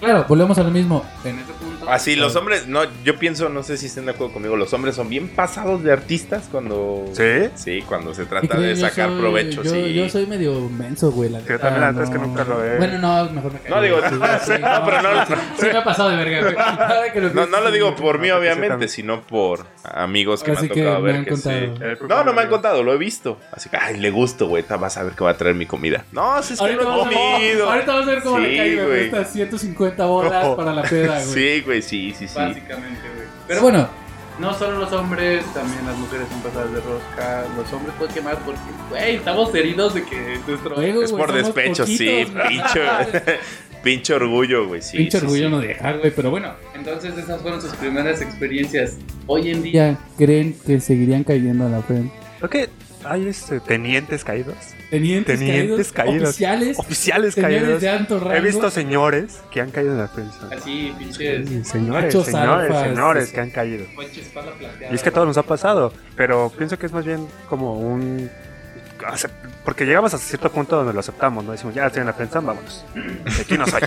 Speaker 1: Claro, volvemos a lo mismo. En ese punto.
Speaker 2: Así, los hombres, no, yo pienso, no sé si estén de acuerdo conmigo, los hombres son bien pasados de artistas cuando.
Speaker 3: ¿Sí?
Speaker 2: Sí, cuando se
Speaker 1: Y
Speaker 2: trata
Speaker 1: creo
Speaker 2: de
Speaker 1: yo
Speaker 2: sacar
Speaker 1: soy-
Speaker 2: provecho,
Speaker 1: yo,
Speaker 2: sí.
Speaker 1: yo soy medio menso, güey. La
Speaker 3: Yo
Speaker 1: neta,
Speaker 3: también, la neta es que nunca lo he-
Speaker 1: Bueno, no, mejor me callo.
Speaker 2: No, digo,
Speaker 1: Sí, sí,
Speaker 2: no, pero no-
Speaker 1: sí, sí me ha pasado de verga, güey. Ahora que
Speaker 2: No, no lo digo por mí,
Speaker 3: No,
Speaker 2: obviamente,
Speaker 3: sí,
Speaker 2: sino por amigos que
Speaker 1: Ahora
Speaker 2: me
Speaker 1: sí
Speaker 2: han
Speaker 1: que
Speaker 2: tocado
Speaker 1: me
Speaker 2: ver
Speaker 1: han
Speaker 2: que sí.
Speaker 1: contado.
Speaker 2: No, no me han contado, lo he visto. Así que, ay, le gusto, güey. ta- Vas a ver que va a traer mi comida. No, si es que
Speaker 1: Ahorita,
Speaker 2: no he
Speaker 1: vamos a,
Speaker 2: comido.
Speaker 1: ahorita vamos a ver cómo le
Speaker 2: Sí,
Speaker 1: cae, güey.
Speaker 2: güey.
Speaker 1: Estas 150 bolas
Speaker 3: No.
Speaker 1: para la peda, güey.
Speaker 2: Sí, güey, sí, sí, sí.
Speaker 4: Básicamente, güey.
Speaker 1: Pero bueno,
Speaker 4: No solo los hombres, también las mujeres son pasadas de rosca. Los hombres pueden quemar porque, güey, estamos heridos de que nuestro ego.
Speaker 1: luego,
Speaker 2: Es
Speaker 1: güey,
Speaker 2: por
Speaker 1: somos
Speaker 2: despecho, sí,
Speaker 1: poquitos, güey.
Speaker 2: pinche. Pinche orgullo, güey, sí.
Speaker 1: Pinche
Speaker 2: sí,
Speaker 1: orgullo
Speaker 2: sí.
Speaker 1: no dejar, güey, pero bueno.
Speaker 4: Entonces, esas fueron sus primeras experiencias. Hoy en día,
Speaker 1: Ya creen que seguirían cayendo a la peda.
Speaker 3: Creo que hay este, tenientes caídos,
Speaker 1: Tenientes, caídos,
Speaker 3: Tenientes caídos.
Speaker 1: oficiales,
Speaker 3: oficiales
Speaker 1: señores
Speaker 3: caídos.
Speaker 1: de alto rango.
Speaker 3: He visto señores que han caído en la prensa.
Speaker 4: así, pinches.
Speaker 3: Sí, Señores,
Speaker 1: Machos
Speaker 3: señores,
Speaker 1: alfas.
Speaker 3: señores que han caído.
Speaker 4: pinche espalda plateada.
Speaker 3: Y es que a todos nos ha pasado, pero pienso que es más bien como un... acep- Porque llegamos a cierto punto donde lo aceptamos, ¿no? Decimos, ya estoy en la prensa, vámonos. De aquí no soy.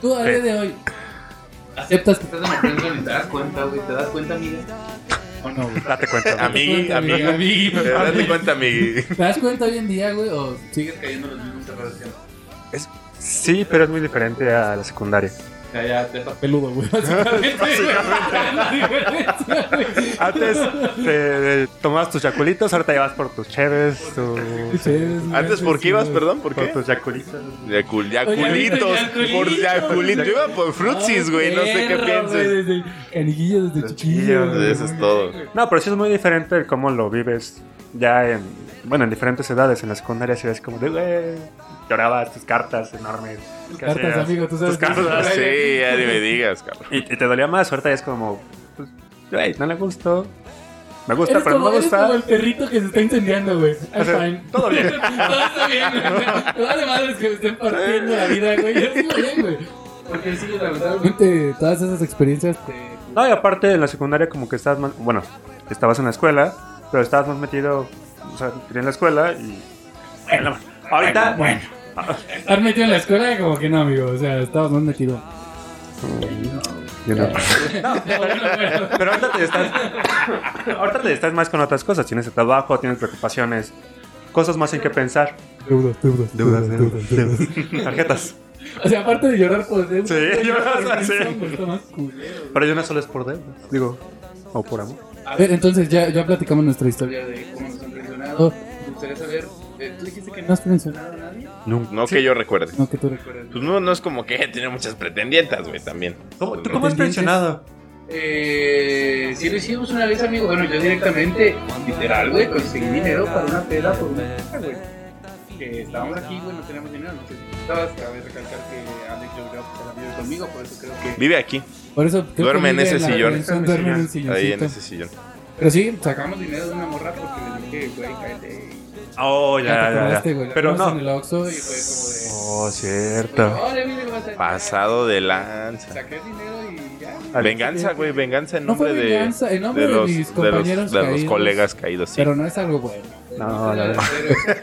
Speaker 1: Tú a día de hoy aceptas que
Speaker 4: Estás en la prensa y te das cuenta, güey. ¿Te das cuenta, amiga?
Speaker 1: o no, güey.
Speaker 3: Date cuenta. amigo.
Speaker 2: Amigui,
Speaker 1: Amigo,
Speaker 2: amigo.
Speaker 1: amigo.
Speaker 2: Date cuenta, amigui.
Speaker 1: ¿Te das cuenta hoy en día, güey? O sigues
Speaker 4: Siguen cayendo los mismos errores que antes.
Speaker 3: Sí, pero es muy diferente a la secundaria.
Speaker 4: O sea, ya, te pa-
Speaker 1: peludo, güey. Básicamente, güey.
Speaker 3: Antes te, te tomabas tus yaculitos, ahora te llevas por tus cheves, tu-
Speaker 2: Antes, ¿por qué ibas, perdón? ¿Por
Speaker 3: por
Speaker 2: qué?
Speaker 3: tus yaculitos.
Speaker 2: Yacul-
Speaker 1: Oye, ahorita
Speaker 2: Yaculitos. Por
Speaker 1: yaculitos.
Speaker 2: Yaculitos. Yo iba por Frutsis, güey. No sé qué pienses.
Speaker 1: Caniguillo desde
Speaker 3: Desde
Speaker 1: chiquillo.
Speaker 3: chiquillo,
Speaker 1: güey.
Speaker 2: Eso es todo.
Speaker 3: No, pero sí es muy diferente el cómo lo vives ya en, bueno, en diferentes edades. En la secundaria sí es como de, güey, llorabas tus cartas enormes. ¿Qué
Speaker 1: Cartas,
Speaker 3: hacías?
Speaker 1: amigo, tú sabes
Speaker 3: Tus
Speaker 1: que-
Speaker 3: cartas.
Speaker 2: Sí, ya ni me digas, cabrón.
Speaker 3: Y, y te dolía más, ahorita ya es como, pues, güey, no le gustó. Me gusta,
Speaker 1: Eres
Speaker 3: pero
Speaker 1: como,
Speaker 3: no me
Speaker 1: eres
Speaker 3: gusta.
Speaker 1: como el perrito que se está incendiando, güey. I'm
Speaker 3: O sea,
Speaker 1: fine.
Speaker 3: todo bien.
Speaker 1: Todo está bien, güey. Me vale madres que me estén partiendo la vida, güey. Yo sigo bien, güey.
Speaker 4: Porque sí, lamentablemente.
Speaker 1: Realmente, todas esas experiencias te...
Speaker 3: No, y aparte en la secundaria como que estabas más, bueno, estabas en la escuela, pero estabas más metido, o sea, en la escuela y... Bueno, ahorita...
Speaker 1: Bueno. Estar metido en la escuela como que no, amigo. O sea, estabas más metido.
Speaker 3: Yo no.
Speaker 1: No, bueno, bueno.
Speaker 3: Pero ahorita te estás... ahorita te estás más con otras cosas, tienes el trabajo, tienes preocupaciones, cosas más en que pensar.
Speaker 1: Deudas, deudas,
Speaker 3: Deudas, deudas, deudas. Tarjetas.
Speaker 1: O sea, aparte de llorar por deudas.
Speaker 3: Sí, lloras, sí.
Speaker 1: Está más culero.
Speaker 3: Pero yo no solo es por deudas, digo, o por amor.
Speaker 1: A ver, entonces ya, ya platicamos nuestra historia.
Speaker 4: Historia de cómo nos han traicionado. Me gustaría saber. eh, ¿Tú dijiste que
Speaker 1: ¿No
Speaker 4: no
Speaker 1: has
Speaker 4: has
Speaker 1: mencionado?
Speaker 4: traicionado a nadie?
Speaker 3: Nunca.
Speaker 2: No que yo recuerde.
Speaker 1: No, que tú recuerdas.
Speaker 2: Pues no, no es como que tiene muchas pretendientas, güey, también.
Speaker 3: ¿Cómo- ¿Tú
Speaker 2: No.
Speaker 3: cómo has presionado?
Speaker 4: Eh, sí lo hicimos una vez, amigo. Bueno, yo directamente, literal, güey, conseguí dinero para una peda por una peda, güey. Que estábamos aquí, güey, no teníamos dinero, no sé si estabas. Cabe recalcar que Alex yo creo que se la vive conmigo, por eso creo que...
Speaker 2: Vive aquí,
Speaker 1: Por eso creo
Speaker 2: Duerme
Speaker 1: que
Speaker 2: en
Speaker 1: vive
Speaker 2: ese
Speaker 1: la
Speaker 2: sillón.
Speaker 1: pensión, Duerme en un
Speaker 2: ahí en
Speaker 1: silloncito.
Speaker 2: ese sillón.
Speaker 1: Pero sí, sacamos.
Speaker 4: Sacamos dinero de una morra porque le dije, güey, cállate.
Speaker 3: Oh,
Speaker 1: Ya te
Speaker 3: ya, ya,
Speaker 1: acordaste,
Speaker 3: ya.
Speaker 1: güey.
Speaker 3: Pero
Speaker 1: Fuimos
Speaker 3: no.
Speaker 1: En el Oxxo
Speaker 4: Y
Speaker 1: y
Speaker 4: fue como de...
Speaker 3: Oh,
Speaker 4: Pues,
Speaker 3: cierto.
Speaker 4: ahora viene que vas a-
Speaker 2: Pasado de lanza.
Speaker 4: Saqué dinero y ya.
Speaker 2: Venganza, güey, venganza en
Speaker 1: eh, No fue
Speaker 2: nombre de,
Speaker 1: venganza, en nombre
Speaker 2: de
Speaker 1: de,
Speaker 2: los,
Speaker 1: mis
Speaker 2: de los,
Speaker 1: compañeros
Speaker 2: de los
Speaker 1: caídos,
Speaker 2: colegas caídos, sí.
Speaker 1: Pero no es algo bueno.
Speaker 3: No, la verdad.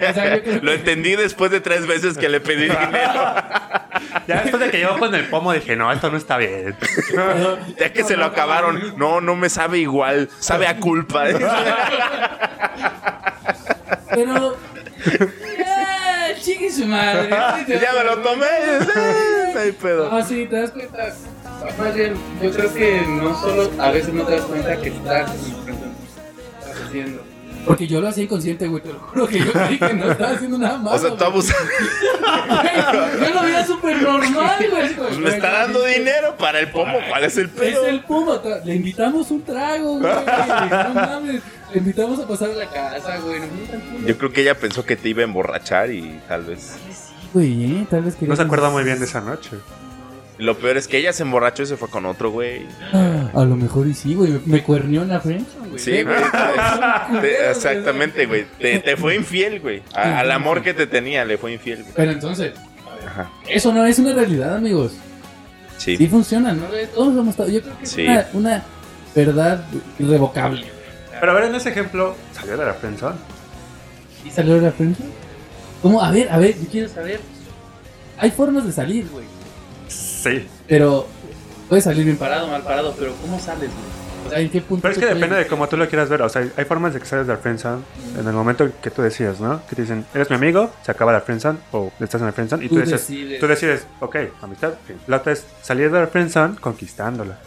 Speaker 1: O sea, yo creo
Speaker 2: Lo entendí después de tres veces que le pedí dinero.
Speaker 3: Ya después de que yo con el pomo dije, no, esto no está bien.
Speaker 2: Ya que se lo acabaron. No, no me sabe igual. Sabe a culpa.
Speaker 1: Pero... ¡Ah, Chiqui su madre.
Speaker 2: ya me lo tomé. No hay pedo.
Speaker 1: Ah, sí, te das cuenta.
Speaker 4: Más bien, yo creo que no solo a veces no te das cuenta que estás estás haciendo.
Speaker 1: Porque yo lo hacía inconsciente, güey. Te lo juro que yo creí que no estaba haciendo nada malo.
Speaker 2: O sea, tú
Speaker 1: güey.
Speaker 2: abusas.
Speaker 1: Güey, Yo lo veía súper normal, güey.
Speaker 2: Pues me está dando dinero para el pomo. ¿Cuál es el
Speaker 1: Es
Speaker 2: pedo?
Speaker 1: el Puma, tra- le invitamos un trago, güey. No mames, le invitamos a pasar a la casa, güey. No mames, tan
Speaker 2: Yo creo que ella pensó que te iba a emborrachar y tal vez.
Speaker 1: Güey, eh, tal vez que.
Speaker 3: No se acuerda muy bien de esa noche.
Speaker 2: Lo peor es que ella se emborrachó y se fue con otro, güey.
Speaker 1: Ah, A lo mejor y sí, güey. me- Me cuernió en la frente, güey.
Speaker 2: Sí, güey. Te- te- exactamente, güey. Te, te fue infiel, güey. A- Al amor que te tenía, le fue infiel, güey.
Speaker 1: Pero entonces,
Speaker 2: Ajá.
Speaker 1: eso no es una realidad, amigos. Sí
Speaker 2: Sí.
Speaker 1: funciona, ¿no? Eh, Todos lo hemos estado. Yo creo que es
Speaker 2: Sí.
Speaker 1: una, una verdad irrevocable.
Speaker 3: Pero a ver, en ese ejemplo, salió de la prensa.
Speaker 1: ¿Y salió de la frente? ¿Cómo? A ver, a ver, yo quiero
Speaker 4: ¿Quieres saber?
Speaker 1: Hay formas de salir, güey.
Speaker 3: Sí.
Speaker 1: Pero puedes salir bien parado.
Speaker 4: Parado, mal parado, pero ¿cómo sales, güey? O sea,
Speaker 1: ¿En qué punto?
Speaker 3: Pero es
Speaker 1: se
Speaker 3: que
Speaker 1: puede-
Speaker 3: depende de cómo tú lo quieras ver. O sea, hay formas de que salgas de la friendzone en el momento que tú decidas, ¿no? Que te dicen, eres mi amigo, se acaba la friendzone o estás en la friendzone y tú,
Speaker 1: Tú
Speaker 3: dices,
Speaker 1: decides.
Speaker 3: tú decides, ok, amistad, fin. La otra es salir de la friendzone conquistándola.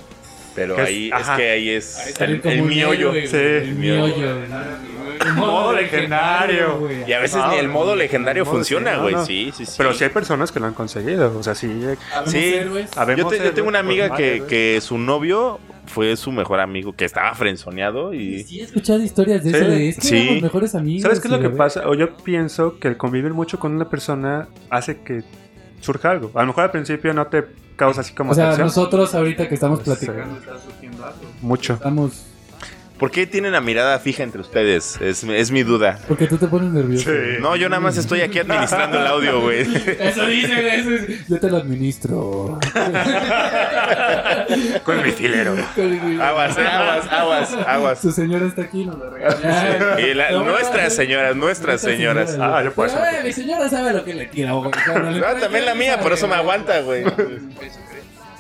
Speaker 2: Pero
Speaker 3: Que es-
Speaker 2: ahí es
Speaker 3: ajá.
Speaker 2: que ahí es
Speaker 1: Salir
Speaker 2: el,
Speaker 1: como
Speaker 2: el
Speaker 1: un
Speaker 2: miollo.
Speaker 1: héroe, güey,
Speaker 3: sí.
Speaker 1: El miollo. güey.
Speaker 4: güey.
Speaker 3: Modo legendario.
Speaker 1: güey.
Speaker 2: Y a veces ni el modo legendario
Speaker 3: El modo
Speaker 2: funciona,
Speaker 3: legendario,
Speaker 2: güey.
Speaker 3: Ah, no.
Speaker 2: Sí, sí, sí.
Speaker 3: Pero sí hay personas que lo han conseguido. O sea, sí. eh,
Speaker 1: Habemos
Speaker 2: Sí.
Speaker 1: héroes.
Speaker 2: yo,
Speaker 3: habemos
Speaker 2: te- yo tengo
Speaker 3: héroes,
Speaker 2: una amiga
Speaker 3: pues,
Speaker 2: que,
Speaker 3: madre,
Speaker 2: que su novio fue su mejor amigo, que estaba frenzoneado y...
Speaker 1: Sí, he escuchado historias de
Speaker 3: Sí.
Speaker 1: eso. De, es que
Speaker 2: Sí.
Speaker 1: éramos mejores amigos.
Speaker 3: ¿Sabes qué es lo
Speaker 1: y
Speaker 3: que
Speaker 1: la
Speaker 3: pasa? O yo pienso que el convivir mucho con una persona hace que surja algo. A lo mejor al principio no te causa así como
Speaker 1: O sea,
Speaker 3: atracción.
Speaker 1: nosotros ahorita que estamos platicando,
Speaker 4: Sacando, está surgiendo algo.
Speaker 3: mucho.
Speaker 1: estamos.
Speaker 2: ¿Por qué tienen la mirada fija entre ustedes? Es, es mi duda.
Speaker 1: Porque tú te pones nervioso.
Speaker 3: Sí.
Speaker 2: No, yo nada más estoy aquí administrando el audio, güey.
Speaker 1: Eso dice, eso es- Yo te lo administro.
Speaker 3: Con mi filero.
Speaker 2: Aguas, eh, aguas, aguas, aguas.
Speaker 1: Su señora está aquí, nos lo regalan.
Speaker 2: Y la-
Speaker 1: No,
Speaker 2: nuestras
Speaker 1: no,
Speaker 2: señoras, nuestras señoras.
Speaker 3: Ah, yo puedo
Speaker 1: Pero,
Speaker 3: hacer.
Speaker 1: eh, mi señora sabe lo que le tira. abogado.
Speaker 2: No, Ah, también la mía, por eso me aguanta, güey.
Speaker 4: Eso cree,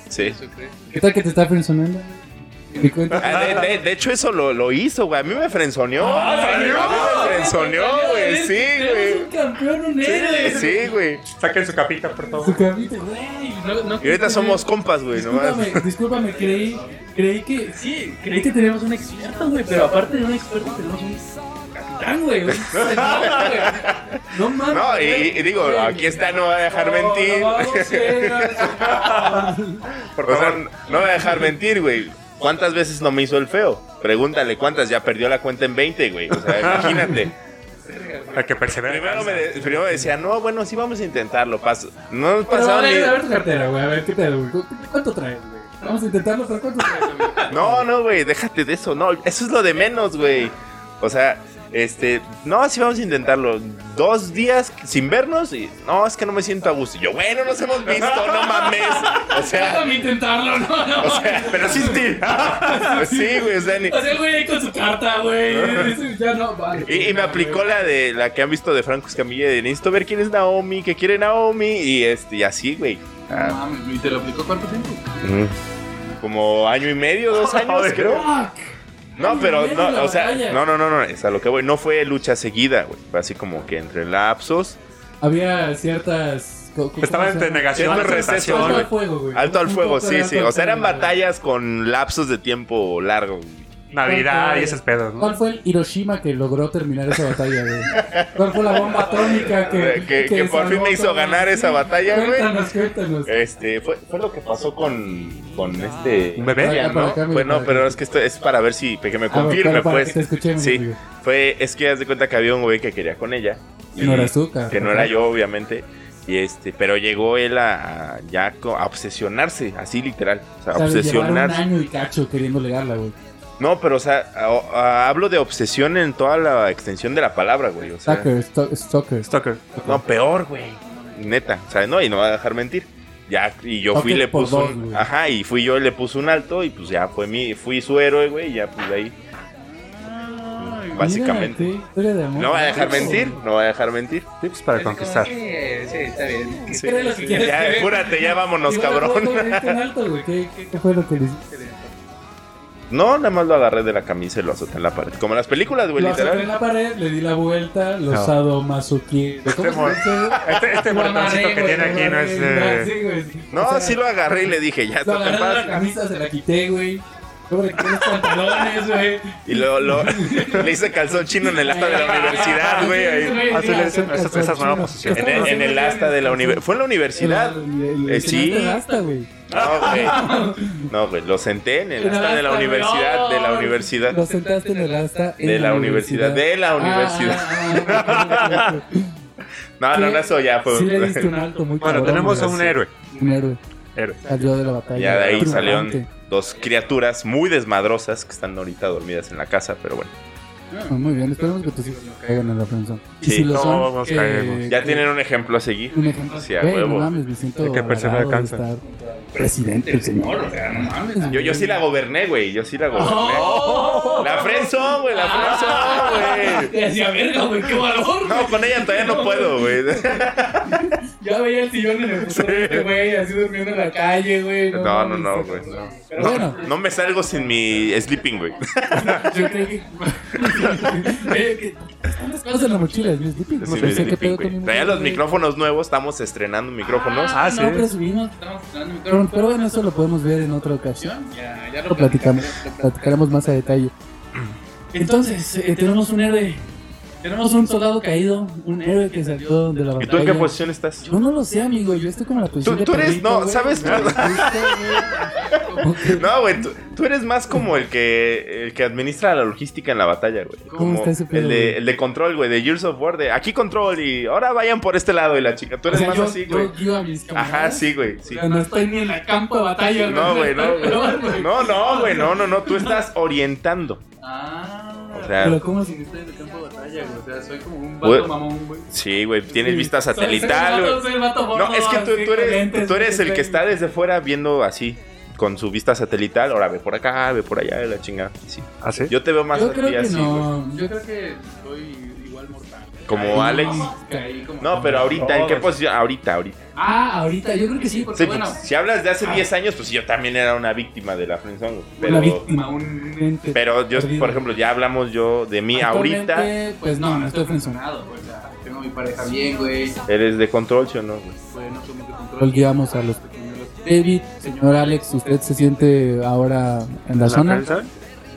Speaker 2: Sí.
Speaker 4: eso cree.
Speaker 1: ¿Qué tal que te está personando? ¿Te cuenta?
Speaker 2: Ah, De, de- de hecho, eso lo, lo hizo, güey. A mí me frenzoneó. A mí me frenzoneó, güey. Sí,
Speaker 1: Tenemos
Speaker 2: güey.
Speaker 1: un campeón, un héroe.
Speaker 2: Sí, sí, güey.
Speaker 3: Saquen su capita, por favor.
Speaker 1: Su camita, güey. No, no,
Speaker 2: Y ahorita somos compas, güey, nomás.
Speaker 1: Discúlpame, discúlpame, creí, creí que sí, creí que teníamos un experto, güey, pero aparte de un experto tenemos un capitán, güey. un señor, güey. No mames.
Speaker 2: No, y, y digo, aquí está, no va a dejar mentir.
Speaker 3: Por
Speaker 2: O sea,
Speaker 3: favor.
Speaker 2: no me voy a dejar mentir, güey. ¿Cuántas veces no me hizo el feo? Pregúntale cuántas, ya perdió la cuenta en 20, güey. O sea, imagínate.
Speaker 3: Hay que perseverar.
Speaker 2: Primero me, de- primero me decía, no, bueno, sí vamos a intentarlo. Paso. No nos
Speaker 1: Pero, a
Speaker 2: pasaron
Speaker 1: ver, a ver
Speaker 2: ni.
Speaker 1: tu cartera, güey, a ver qué tal, güey. ¿Cuánto traes, güey? Vamos a intentarlo, pero ¿cuánto traes, amigo?
Speaker 2: No, no, güey, déjate de eso. No, eso es lo de menos, güey. O sea, este, no, sí vamos a intentarlo. Dos días sin vernos y no, es que no me siento a gusto. Y Yo, bueno, nos hemos visto, no mames. O sea,
Speaker 1: Déjame intentarlo, no, no.
Speaker 2: o sea,
Speaker 3: Pero sí, sí.
Speaker 2: pues sí, güey, o sea, ni-
Speaker 1: O sea, el güey, ahí con su carta, güey. Dice, Ya no, vale.
Speaker 2: Y, y me aplicó la de la que han visto de Franco Escamilla de necesito ver quién es Naomi, que quiere Naomi y este y así, güey.
Speaker 4: No mames, Ah, ¿y te lo aplicó cuánto tiempo?
Speaker 2: Como año y medio, dos años,
Speaker 3: Joder.
Speaker 2: creo.
Speaker 1: Fuck.
Speaker 2: No, pero
Speaker 1: Año y medio
Speaker 2: no,
Speaker 1: la
Speaker 2: o sea,
Speaker 1: batalla.
Speaker 2: no, no, no, no, es a lo que voy, no fue lucha seguida, güey. Fue así como que entre lapsos,
Speaker 1: Había ciertas. co- co-
Speaker 3: Estaba
Speaker 1: ¿cómo se
Speaker 3: en
Speaker 1: llama?
Speaker 3: negación,
Speaker 2: Siempre receso,
Speaker 3: aceptación,
Speaker 1: Alto al
Speaker 3: güey.
Speaker 1: fuego, güey.
Speaker 2: alto al
Speaker 1: Un
Speaker 2: fuego,
Speaker 1: poco de
Speaker 2: sí,
Speaker 1: alto
Speaker 2: sí.
Speaker 1: al
Speaker 2: O sea, eran
Speaker 1: fuego, güey.
Speaker 2: batallas con lapsos de tiempo largo. güey.
Speaker 3: Navidad y esos pedos, ¿no?
Speaker 1: ¿Cuál fue el Hiroshima que logró terminar esa batalla, güey? ¿Cuál fue la bomba atómica que,
Speaker 2: Que- que por fin me hizo ganar esa batalla, güey?
Speaker 1: Cuéntanos, cuéntanos.
Speaker 2: Este, fue, fue lo que pasó con, con este.
Speaker 3: Un bebé.
Speaker 2: Brian,
Speaker 1: Para
Speaker 2: ¿no?
Speaker 1: acá, mira,
Speaker 2: Pues no,
Speaker 1: para
Speaker 2: pero
Speaker 1: acá.
Speaker 2: es que esto es para ver si, que me
Speaker 1: Ah, bueno,
Speaker 2: confirme,
Speaker 1: claro, para
Speaker 2: pues.
Speaker 1: que te escuchemos,
Speaker 2: Sí,
Speaker 1: amigo.
Speaker 2: fue, es que haz de cuenta que había un güey que quería con ella.
Speaker 1: Que no eras tú, cabrón.
Speaker 2: Que no era yo, obviamente. Y este, pero llegó él a, a ya co- a obsesionarse, así literal. O sea,
Speaker 1: O sea, le llevaron un
Speaker 2: obsesionarse.
Speaker 1: año y cacho queriendo legarla, güey.
Speaker 2: No, pero o sea, a- a- hablo de obsesión en toda la extensión de la palabra, güey. O sea,
Speaker 1: Stalker, sto- stalker.
Speaker 3: Stalker.
Speaker 2: no, peor, güey. Neta, o sea, no, y no va a dejar mentir. Ya, y yo fui y le
Speaker 1: Toque por
Speaker 2: puse
Speaker 1: dos,
Speaker 2: un,
Speaker 1: güey.
Speaker 2: ajá, y fui yo y le puse un alto y pues ya fue mi, fui su héroe, güey, y ya pues de ahí. Básicamente.
Speaker 1: Mira, qué historia de amor.
Speaker 2: No va a dejar mentir, no va a dejar mentir.
Speaker 3: Tips para conquistar.
Speaker 4: Sí, sí, está bien.
Speaker 2: Sí.
Speaker 1: Era lo que quieres
Speaker 2: Ya,
Speaker 1: que-
Speaker 2: apúrate, ya vámonos,
Speaker 1: Y bueno,
Speaker 2: cabrón.
Speaker 1: fue con- con alto, güey. ¿Qué, qué, qué fue lo que le hiciste?
Speaker 2: No, nada más lo agarré de la camisa y lo azoté en la pared. Como en las películas, güey,
Speaker 1: Lo azoté en
Speaker 2: literal.
Speaker 1: la pared, le di la vuelta, lo
Speaker 3: No.
Speaker 1: sadomasoquí. ¿Cómo se dice?
Speaker 3: Este, este
Speaker 1: Lo
Speaker 3: botoncito
Speaker 1: amarré,
Speaker 3: que
Speaker 1: güey,
Speaker 3: tiene
Speaker 1: lo
Speaker 3: aquí no es.
Speaker 1: amarré.
Speaker 3: eh,
Speaker 1: Sí, güey.
Speaker 2: No,
Speaker 1: O sea,
Speaker 2: sí lo agarré y le dije, ya,
Speaker 1: Lo
Speaker 2: esto te
Speaker 1: agarré de la
Speaker 2: pasa.
Speaker 1: camisa, se la quité, güey. Luego le quité los pantalones, güey.
Speaker 2: Y luego lo, le hice calzón chino en el asta de la universidad, güey. ahí.
Speaker 3: Así le dicen, esas- esas nuevas posiciones.
Speaker 1: Este
Speaker 2: En el, en el asta de la universidad. Fue en la universidad. Eh, sí.
Speaker 1: En el asta, güey.
Speaker 2: No, güey. No, güey. Lo senté en el asta de la universidad. De la
Speaker 1: Lo
Speaker 2: universidad.
Speaker 1: sentaste en el asta. en
Speaker 2: De la universidad. De la universidad.
Speaker 1: Ah, ah, ah,
Speaker 2: No, no, no, eso ya
Speaker 1: ah.
Speaker 2: fue.
Speaker 1: Sí le diste un alto muy
Speaker 3: Bueno,
Speaker 1: cabrón,
Speaker 3: tenemos a
Speaker 1: güey.
Speaker 3: un héroe.
Speaker 1: Un héroe.
Speaker 3: Héroe.
Speaker 1: Salió de la batalla.
Speaker 2: Ya de ahí salieron
Speaker 1: Triunfante.
Speaker 2: dos criaturas muy desmadrosas que están ahorita dormidas en la casa, pero bueno.
Speaker 1: Ah, Muy bien, esperemos que tus hijos no caigan en la friendzone. Y
Speaker 2: Sí,
Speaker 1: si lo son, eh,
Speaker 3: todos
Speaker 1: que-
Speaker 3: caemos.
Speaker 2: Ya tienen un ejemplo a seguir.
Speaker 1: un ejemplo.
Speaker 2: Sí, a
Speaker 1: Güey,
Speaker 2: huevo.
Speaker 1: no mames, me siento
Speaker 3: Hay que perseverar
Speaker 1: halagado de
Speaker 3: alcanza.
Speaker 1: estar presidente, el señor.
Speaker 4: o sea, no mames.
Speaker 2: Yo, yo sí la goberné, güey. Yo sí la
Speaker 1: Oh.
Speaker 2: goberné. La Frenzo, güey. La
Speaker 1: Ah,
Speaker 2: Frenzo, güey.
Speaker 1: Decía, verga, güey, qué valor.
Speaker 2: No, con ella todavía no puedo, güey.
Speaker 4: Yo veía el sillón en el futuro, este güey, así durmiendo en la calle, güey.
Speaker 2: No, no,
Speaker 4: mames,
Speaker 2: no,
Speaker 4: está
Speaker 2: güey.
Speaker 4: cabrón. Pero
Speaker 1: Bueno,
Speaker 2: No me salgo sin mi sleeping, güey.
Speaker 4: yo creo que.
Speaker 1: eh, que- tantas cosas en la mochila, es mi sleeping. No
Speaker 2: Sin
Speaker 1: sé,
Speaker 2: mi
Speaker 1: sé qué
Speaker 2: sleeping,
Speaker 1: pedo con mi
Speaker 2: güey. Traía
Speaker 1: mochila,
Speaker 2: los
Speaker 1: güey.
Speaker 2: micrófonos nuevos, estamos estrenando micrófonos. ¿eh?
Speaker 3: Ah, sí.
Speaker 1: No presumimos.
Speaker 4: Estamos estrenando el
Speaker 1: Pero,
Speaker 4: micrófono.
Speaker 1: pero bueno, eso lo podemos ver en otra ocasión.
Speaker 4: Ya, ya
Speaker 1: Lo platicamos, platicaremos más a detalle. Entonces, eh, tenemos un héroe. Tenemos un soldado caído, un héroe que salió de la
Speaker 2: ¿Y
Speaker 1: batalla.
Speaker 2: tú en qué posición estás?
Speaker 1: Yo no lo sé, amigo. Yo estoy como en la posición
Speaker 2: Tú-
Speaker 1: de
Speaker 2: tú eres-
Speaker 1: perrito,
Speaker 2: no,
Speaker 1: güey.
Speaker 2: ¿sabes?
Speaker 1: Justo, güey. Ok.
Speaker 2: No, güey, tú, tú eres más como el que el que administra la logística en la batalla, güey.
Speaker 1: ¿Cómo
Speaker 2: Como
Speaker 1: está ese pedo,
Speaker 2: el, de,
Speaker 1: güey?
Speaker 2: el de control, güey, de Years of War, de aquí control y ahora vayan por este lado y la chica. Tú
Speaker 1: O
Speaker 2: eres
Speaker 1: sea,
Speaker 2: más
Speaker 1: yo-
Speaker 2: así,
Speaker 1: yo
Speaker 2: güey.
Speaker 1: guío a mis
Speaker 2: Ajá,
Speaker 1: camaradas.
Speaker 2: sí, güey, sí.
Speaker 1: O sea, No estoy ni en la campo de batalla.
Speaker 2: No, güey, no, güey. No, no, güey, no, no, no. Tú estás orientando.
Speaker 4: Ah,
Speaker 2: O sea,
Speaker 1: Pero ¿cómo
Speaker 4: si
Speaker 1: se-
Speaker 4: no estoy en el campo de batalla, güey. O sea, soy como un
Speaker 2: Güey.
Speaker 4: vato mamón, güey.
Speaker 2: sí, güey, tienes
Speaker 1: Sí.
Speaker 2: vista satelital, güey. No, es que tú, tú eres, tú eres el que está desde fuera viendo así, con su vista satelital. Ahora ve por acá, ve por allá, la chingada. Sí.
Speaker 3: ¿Ah, sí?
Speaker 2: Yo te veo más
Speaker 1: Yo
Speaker 2: a ti
Speaker 1: creo que
Speaker 2: así, güey.
Speaker 1: no.
Speaker 4: Yo creo que soy igual mortal.
Speaker 2: Como
Speaker 4: Caí,
Speaker 2: Alex.
Speaker 4: Caí como...
Speaker 2: No, pero ahorita, ¿en qué
Speaker 3: Todos.
Speaker 2: posición? Ahorita, ahorita.
Speaker 1: Ah, ahorita, yo creo que sí.
Speaker 4: porque
Speaker 2: Sí,
Speaker 4: bueno,
Speaker 2: pues, si hablas de
Speaker 1: Ah.
Speaker 2: hace 10 años, pues yo también era una víctima de la friendzone, güey.
Speaker 1: la
Speaker 2: Pero,
Speaker 1: víctima, un ente.
Speaker 2: pero yo,
Speaker 1: perdido.
Speaker 2: por ejemplo, ya hablamos yo de mí ahorita.
Speaker 1: Actualmente, Pues no, no estoy frencionado.
Speaker 4: nada, güey. O sea, tengo a mi pareja bien, güey.
Speaker 2: ¿Eres de control, sí o no? güey?
Speaker 4: Güey, no somos de control.
Speaker 1: Olvidamos a los David, señor Alex, ¿usted se siente ahora en la zona?
Speaker 3: prensa?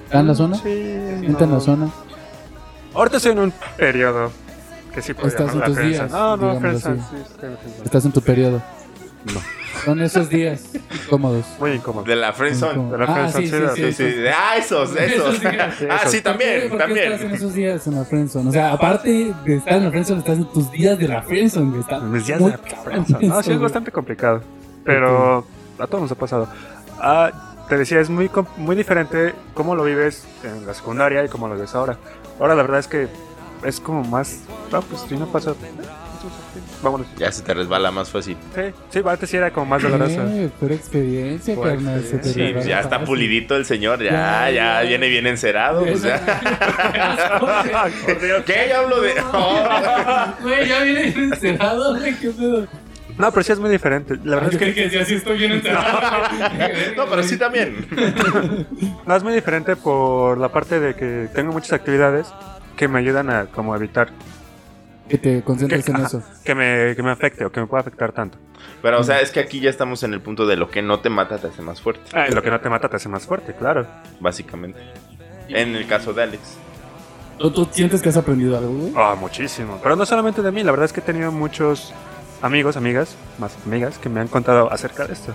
Speaker 1: ¿Está en la zona?
Speaker 3: Sí.
Speaker 1: ¿Está en la
Speaker 3: no.
Speaker 1: zona?
Speaker 5: Ahorita estoy en un
Speaker 3: Periodo. Que sí puedo
Speaker 1: Estás
Speaker 3: llamar la
Speaker 1: en tus
Speaker 3: prensa.
Speaker 1: días,
Speaker 3: No, no,
Speaker 1: digámoslo
Speaker 3: prensa.
Speaker 1: así.
Speaker 3: Sí, estoy en prensa.
Speaker 1: ¿Estás en tu periodo?
Speaker 5: No.
Speaker 1: Son esos días cómodos.
Speaker 3: Muy incómodo.
Speaker 2: De la friendzone.
Speaker 1: Incómodos.
Speaker 3: de la
Speaker 1: ah, sí, sí,
Speaker 3: friendzone,
Speaker 1: sí,
Speaker 2: Sí,
Speaker 1: esos-
Speaker 2: sí. de- Ah, esos,
Speaker 4: Eso
Speaker 2: esos.
Speaker 4: sí que-
Speaker 2: Ah,
Speaker 3: esos.
Speaker 2: sí, también,
Speaker 1: ¿Por qué estás en
Speaker 2: también.
Speaker 1: esos días en la friendzone? O sea, aparte de estar en la friendzone, estás en tus días de la friendzone. que Está
Speaker 3: Mis días
Speaker 1: muy
Speaker 3: de la
Speaker 1: cabrón
Speaker 3: prensa. pues, No,
Speaker 1: eso,
Speaker 3: sí, es
Speaker 1: güey.
Speaker 3: bastante complicado. Pero a todos nos ha pasado. Ah, te decía, es muy, com- muy diferente cómo lo vives en la secundaria y cómo lo ves ahora. Ahora la verdad es que es como más... No, pues si no pasa... Vámonos.
Speaker 2: Ya se te resbala más fácil.
Speaker 3: Sí, sí, antes sí era como más doloroso.
Speaker 1: Eh, pura experiencia,
Speaker 3: Pura
Speaker 1: carnal. se te
Speaker 3: experiencia.
Speaker 2: Sí,
Speaker 1: regala
Speaker 2: ya está
Speaker 1: fácil.
Speaker 2: pulidito el señor, ya, ya viene bien encerado. O sea, ¿qué? Yo hablo de.
Speaker 4: Güey, ya viene encerrado, güey. ¿Qué pedo?
Speaker 3: No, pero sí es muy diferente. La verdad es que
Speaker 4: Yo creí que decía, sí estoy bien encerrado.
Speaker 2: No, pero sí también.
Speaker 3: no es muy diferente por la parte de que tengo muchas actividades que me ayudan a como evitar
Speaker 1: Que te concentres
Speaker 3: Que-
Speaker 1: en eso.
Speaker 3: que me, que me afecte o que me pueda afectar tanto.
Speaker 2: Pero, o sea, es que aquí ya estamos en el punto de lo que no te mata te hace más fuerte,
Speaker 3: Lo que no te mata te hace más fuerte, claro.
Speaker 2: básicamente. En el caso de Alex.
Speaker 1: ¿Tú, tú sientes que has aprendido algo, güey?
Speaker 3: Ah, muchísimo. Pero no solamente de mí, la verdad es que he tenido muchos amigos, amigas, más amigas, que me han contado acerca de esto.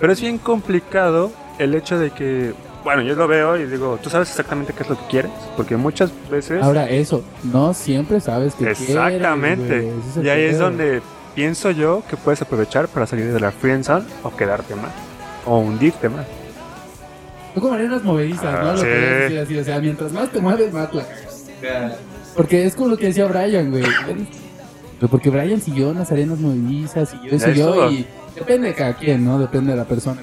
Speaker 3: Pero es bien complicado el hecho de que, bueno, yo lo veo y digo, ¿tú sabes exactamente qué es lo que quieres? Porque muchas veces...
Speaker 1: Ahora, eso, no siempre sabes que
Speaker 3: Exactamente.
Speaker 1: quieres, güey, ese el
Speaker 3: y ahí es
Speaker 1: pedo.
Speaker 3: donde pienso yo que puedes aprovechar para salir de la friendzone o quedarte mal. O hundirte mal.
Speaker 1: Tú como eres movedizas,
Speaker 3: Ah,
Speaker 1: ¿no? Lo
Speaker 3: sí.
Speaker 1: que yo decía, así, o sea, mientras más te mueves, más la
Speaker 4: O sea,
Speaker 1: Porque es como lo que decía Brian, güey. Pero porque Brian siguió las arenas movedizas y yo eso yo
Speaker 3: Eso.
Speaker 1: y depende de cada quien, ¿no? Depende de la persona.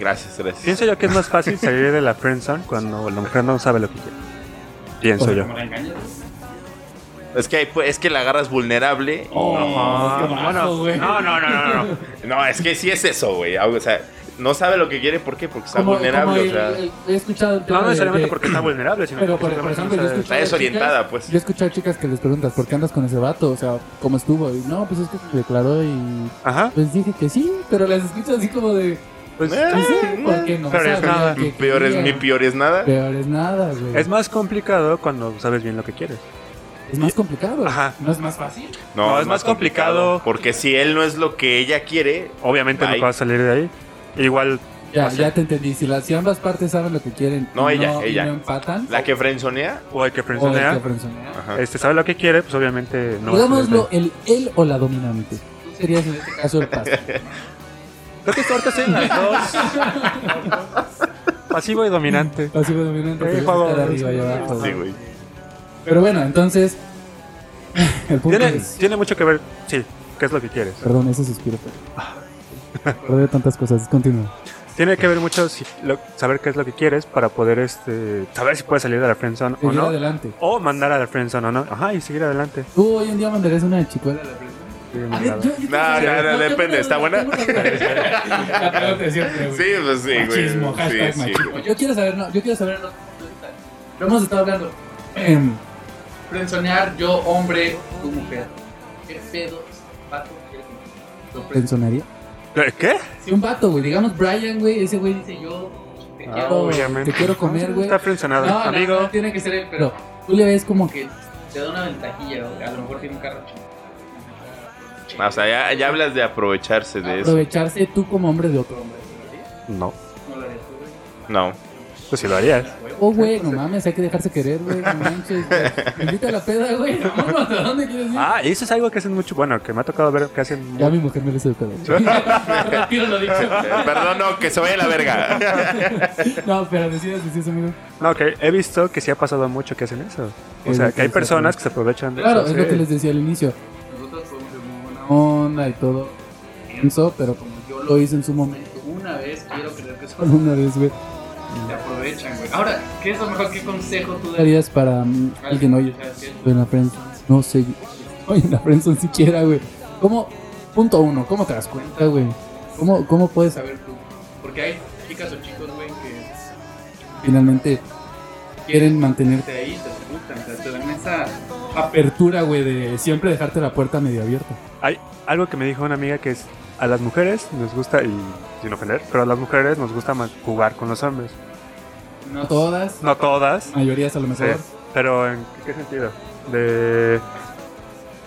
Speaker 2: Gracias, gracias.
Speaker 3: Pienso yo que es más fácil salir de la friendzone cuando la mujer no sabe lo que quiere. Pienso yo.
Speaker 4: como la engañas.
Speaker 2: Es que, ahí, pues, es que la agarras vulnerable. y-
Speaker 3: Ah,
Speaker 1: qué
Speaker 3: bueno,
Speaker 1: bajo, güey.
Speaker 3: no, no, no, no, no.
Speaker 2: No, es que sí es eso, güey. Ah, O sea, no sabe lo que quiere, ¿por qué? Porque está
Speaker 1: Como- como
Speaker 2: vulnerable, o sea.
Speaker 1: el- el- he escuchado el tema
Speaker 3: No, no
Speaker 1: de-
Speaker 3: necesariamente
Speaker 1: de-
Speaker 3: porque está vulnerable, sino
Speaker 1: Pero,
Speaker 3: porque
Speaker 1: por- por
Speaker 3: simplemente
Speaker 1: ejemplo, yo
Speaker 3: no sabe-
Speaker 2: Está desorientada, pues.
Speaker 1: Yo he escuchado chicas que les preguntas, ¿por qué andas con ese vato? O sea, ¿cómo estuvo? Y no, pues es que se declaró y
Speaker 3: Ajá.
Speaker 1: pues dije que sí, pero las escucho así como de,
Speaker 3: Pues,
Speaker 2: Eh,
Speaker 1: pues sí, ¿por qué no?
Speaker 3: Peor es
Speaker 1: Sabía
Speaker 3: nada.
Speaker 1: que
Speaker 2: Peor es
Speaker 1: quería.
Speaker 2: mi, peor es nada.
Speaker 1: Peor es nada, güey.
Speaker 3: es
Speaker 1: Es,
Speaker 3: más complicado cuando sabes bien lo que quieres.
Speaker 1: más complicado.
Speaker 3: Ajá.
Speaker 1: No es más fácil.
Speaker 2: No,
Speaker 3: No, es más complicado.
Speaker 2: Porque si él no es lo que ella quiere,
Speaker 3: Obviamente
Speaker 2: Bye.
Speaker 3: no vas a salir de ahí. Igual,
Speaker 1: Ya,
Speaker 3: O sea-
Speaker 1: ya te entendí. Si, las, si ambas partes saben lo que quieren,
Speaker 2: No, ella,
Speaker 1: y
Speaker 2: ella.
Speaker 1: no empatan,
Speaker 2: la que frenzonea.
Speaker 3: o hay que
Speaker 1: o el que
Speaker 3: friendzonea.
Speaker 1: frenzonea.
Speaker 2: Ajá.
Speaker 3: Este sabe lo que quiere, pues obviamente no. va a salir de ahí.
Speaker 1: Digámoslo, el él o la dominante. Tú serías en este caso el paso.
Speaker 3: Creo que esto ahorita estoy en las dos. Pasivo y dominante.
Speaker 1: Pasivo dominante,
Speaker 3: Eh,
Speaker 1: pero
Speaker 3: juego-
Speaker 1: estar arriba y abajo.
Speaker 2: Sí,
Speaker 1: güey.
Speaker 2: güey.
Speaker 1: Pero bueno, entonces. El punto
Speaker 3: Tiene,
Speaker 1: es.
Speaker 3: tiene mucho que ver, sí, qué es lo que quieres.
Speaker 1: Perdón, ese suspiro. Pero de tantas cosas, continúa.
Speaker 3: Tiene que ver mucho si- lo- saber qué es lo que quieres para poder este, saber si puedes salir de la friendzone o
Speaker 1: Seguir
Speaker 3: no.
Speaker 1: adelante.
Speaker 3: O mandar a la friendzone o no. Ajá, y seguir adelante.
Speaker 1: Tú hoy en día mandarías una chicuela a la presa.
Speaker 3: bien
Speaker 1: A
Speaker 3: malvada.
Speaker 1: ver, yo- yo tengo una-
Speaker 2: Ah, no, no,
Speaker 1: tengo
Speaker 2: depende,
Speaker 1: una-
Speaker 2: ¿está buena?
Speaker 1: tengo una pregunta. La pregunta es siempre, güey.
Speaker 2: Sí, pues sí, güey.
Speaker 1: Machismo, hashtag
Speaker 2: sí, sí,
Speaker 1: machismo.
Speaker 2: güey.
Speaker 1: Yo quiero saber, no, yo quiero saber. no, Lo hemos estado hablando. Em,
Speaker 4: Frenzonear yo, hombre, tu mujer. ¿Qué pedo vato quieres que me- lo prendo?
Speaker 1: ¿Frenzonaría?
Speaker 3: ¿Qué?
Speaker 1: Si un vato, güey, digamos Brian, güey, ese güey dice,
Speaker 4: Dice yo, te
Speaker 3: Ah,
Speaker 4: quiero.
Speaker 3: obviamente.
Speaker 1: te quiero comer, güey.
Speaker 3: Está frenzonado.
Speaker 1: No, no,
Speaker 3: Amigo,
Speaker 4: No tiene que ser él, pero
Speaker 1: Pero tú le ves como que.
Speaker 4: que te da una ventajilla, güey. A lo mejor tiene un carro chido.
Speaker 2: O sea, ya, ya hablas de aprovecharse de eso.
Speaker 1: Aprovecharse tú como hombre de otro hombre.
Speaker 3: no.
Speaker 4: No lo harías tú, güey.
Speaker 2: No. Eh,
Speaker 3: Pues si lo harías.
Speaker 1: Oh, güey, no mames, hay que dejarse querer, güey. No manches. güey. Invita a la peda, güey. Vámonos, ¿a dónde quieres ir?
Speaker 3: Ah, y eso es algo que hacen mucho. Bueno, que me ha tocado ver que hacen.
Speaker 1: Ya
Speaker 3: mucho.
Speaker 1: mi mujer me lo hizo de pedo. Retiro lo dicho.
Speaker 2: Perdón, no, que se vaya a la verga.
Speaker 1: No, pero decidas decir eso, amigo.
Speaker 3: No, que he visto que sí ha pasado mucho que hacen eso. O
Speaker 1: Es
Speaker 3: sea,
Speaker 1: lo
Speaker 3: que hay
Speaker 1: que
Speaker 3: personas
Speaker 1: hacen.
Speaker 3: que se aprovechan de
Speaker 1: Claro,
Speaker 3: eso.
Speaker 1: es
Speaker 3: sí.
Speaker 1: lo que les decía al inicio.
Speaker 4: Nosotros podemos ser muy buena onda.
Speaker 1: Onda y todo. Pienso, pero como yo lo hice en su momento.
Speaker 4: Una vez quiero creer que solo
Speaker 1: Una vez, güey.
Speaker 4: te aprovechan, güey. Ahora, ¿qué es lo mejor? ¿Qué consejo tú
Speaker 1: ¿Qué
Speaker 4: darías?
Speaker 1: harías para mm, alguien hoy? Estoy en la prensa. No sé. Estoy en la prensa ni siquiera, güey. ¿Cómo? Punto uno. ¿Cómo te das cuenta, güey? ¿Cómo, ¿Cómo puedes ah, saber
Speaker 4: saber tú. Porque hay chicas o chicos, güey, que
Speaker 1: finalmente quieren mantenerte?
Speaker 4: de ahí te gustan, o sea, te dan esa.
Speaker 1: Apertura, güey, de siempre dejarte la puerta medio abierta.
Speaker 3: Hay algo que me dijo una amiga que es: a las mujeres nos gusta, y sin ofender, pero a las mujeres nos gusta más jugar con los hombres.
Speaker 1: No todas,
Speaker 3: No todas,
Speaker 1: mayorías a lo mejor.
Speaker 3: Sí. pero ¿en qué sentido? De.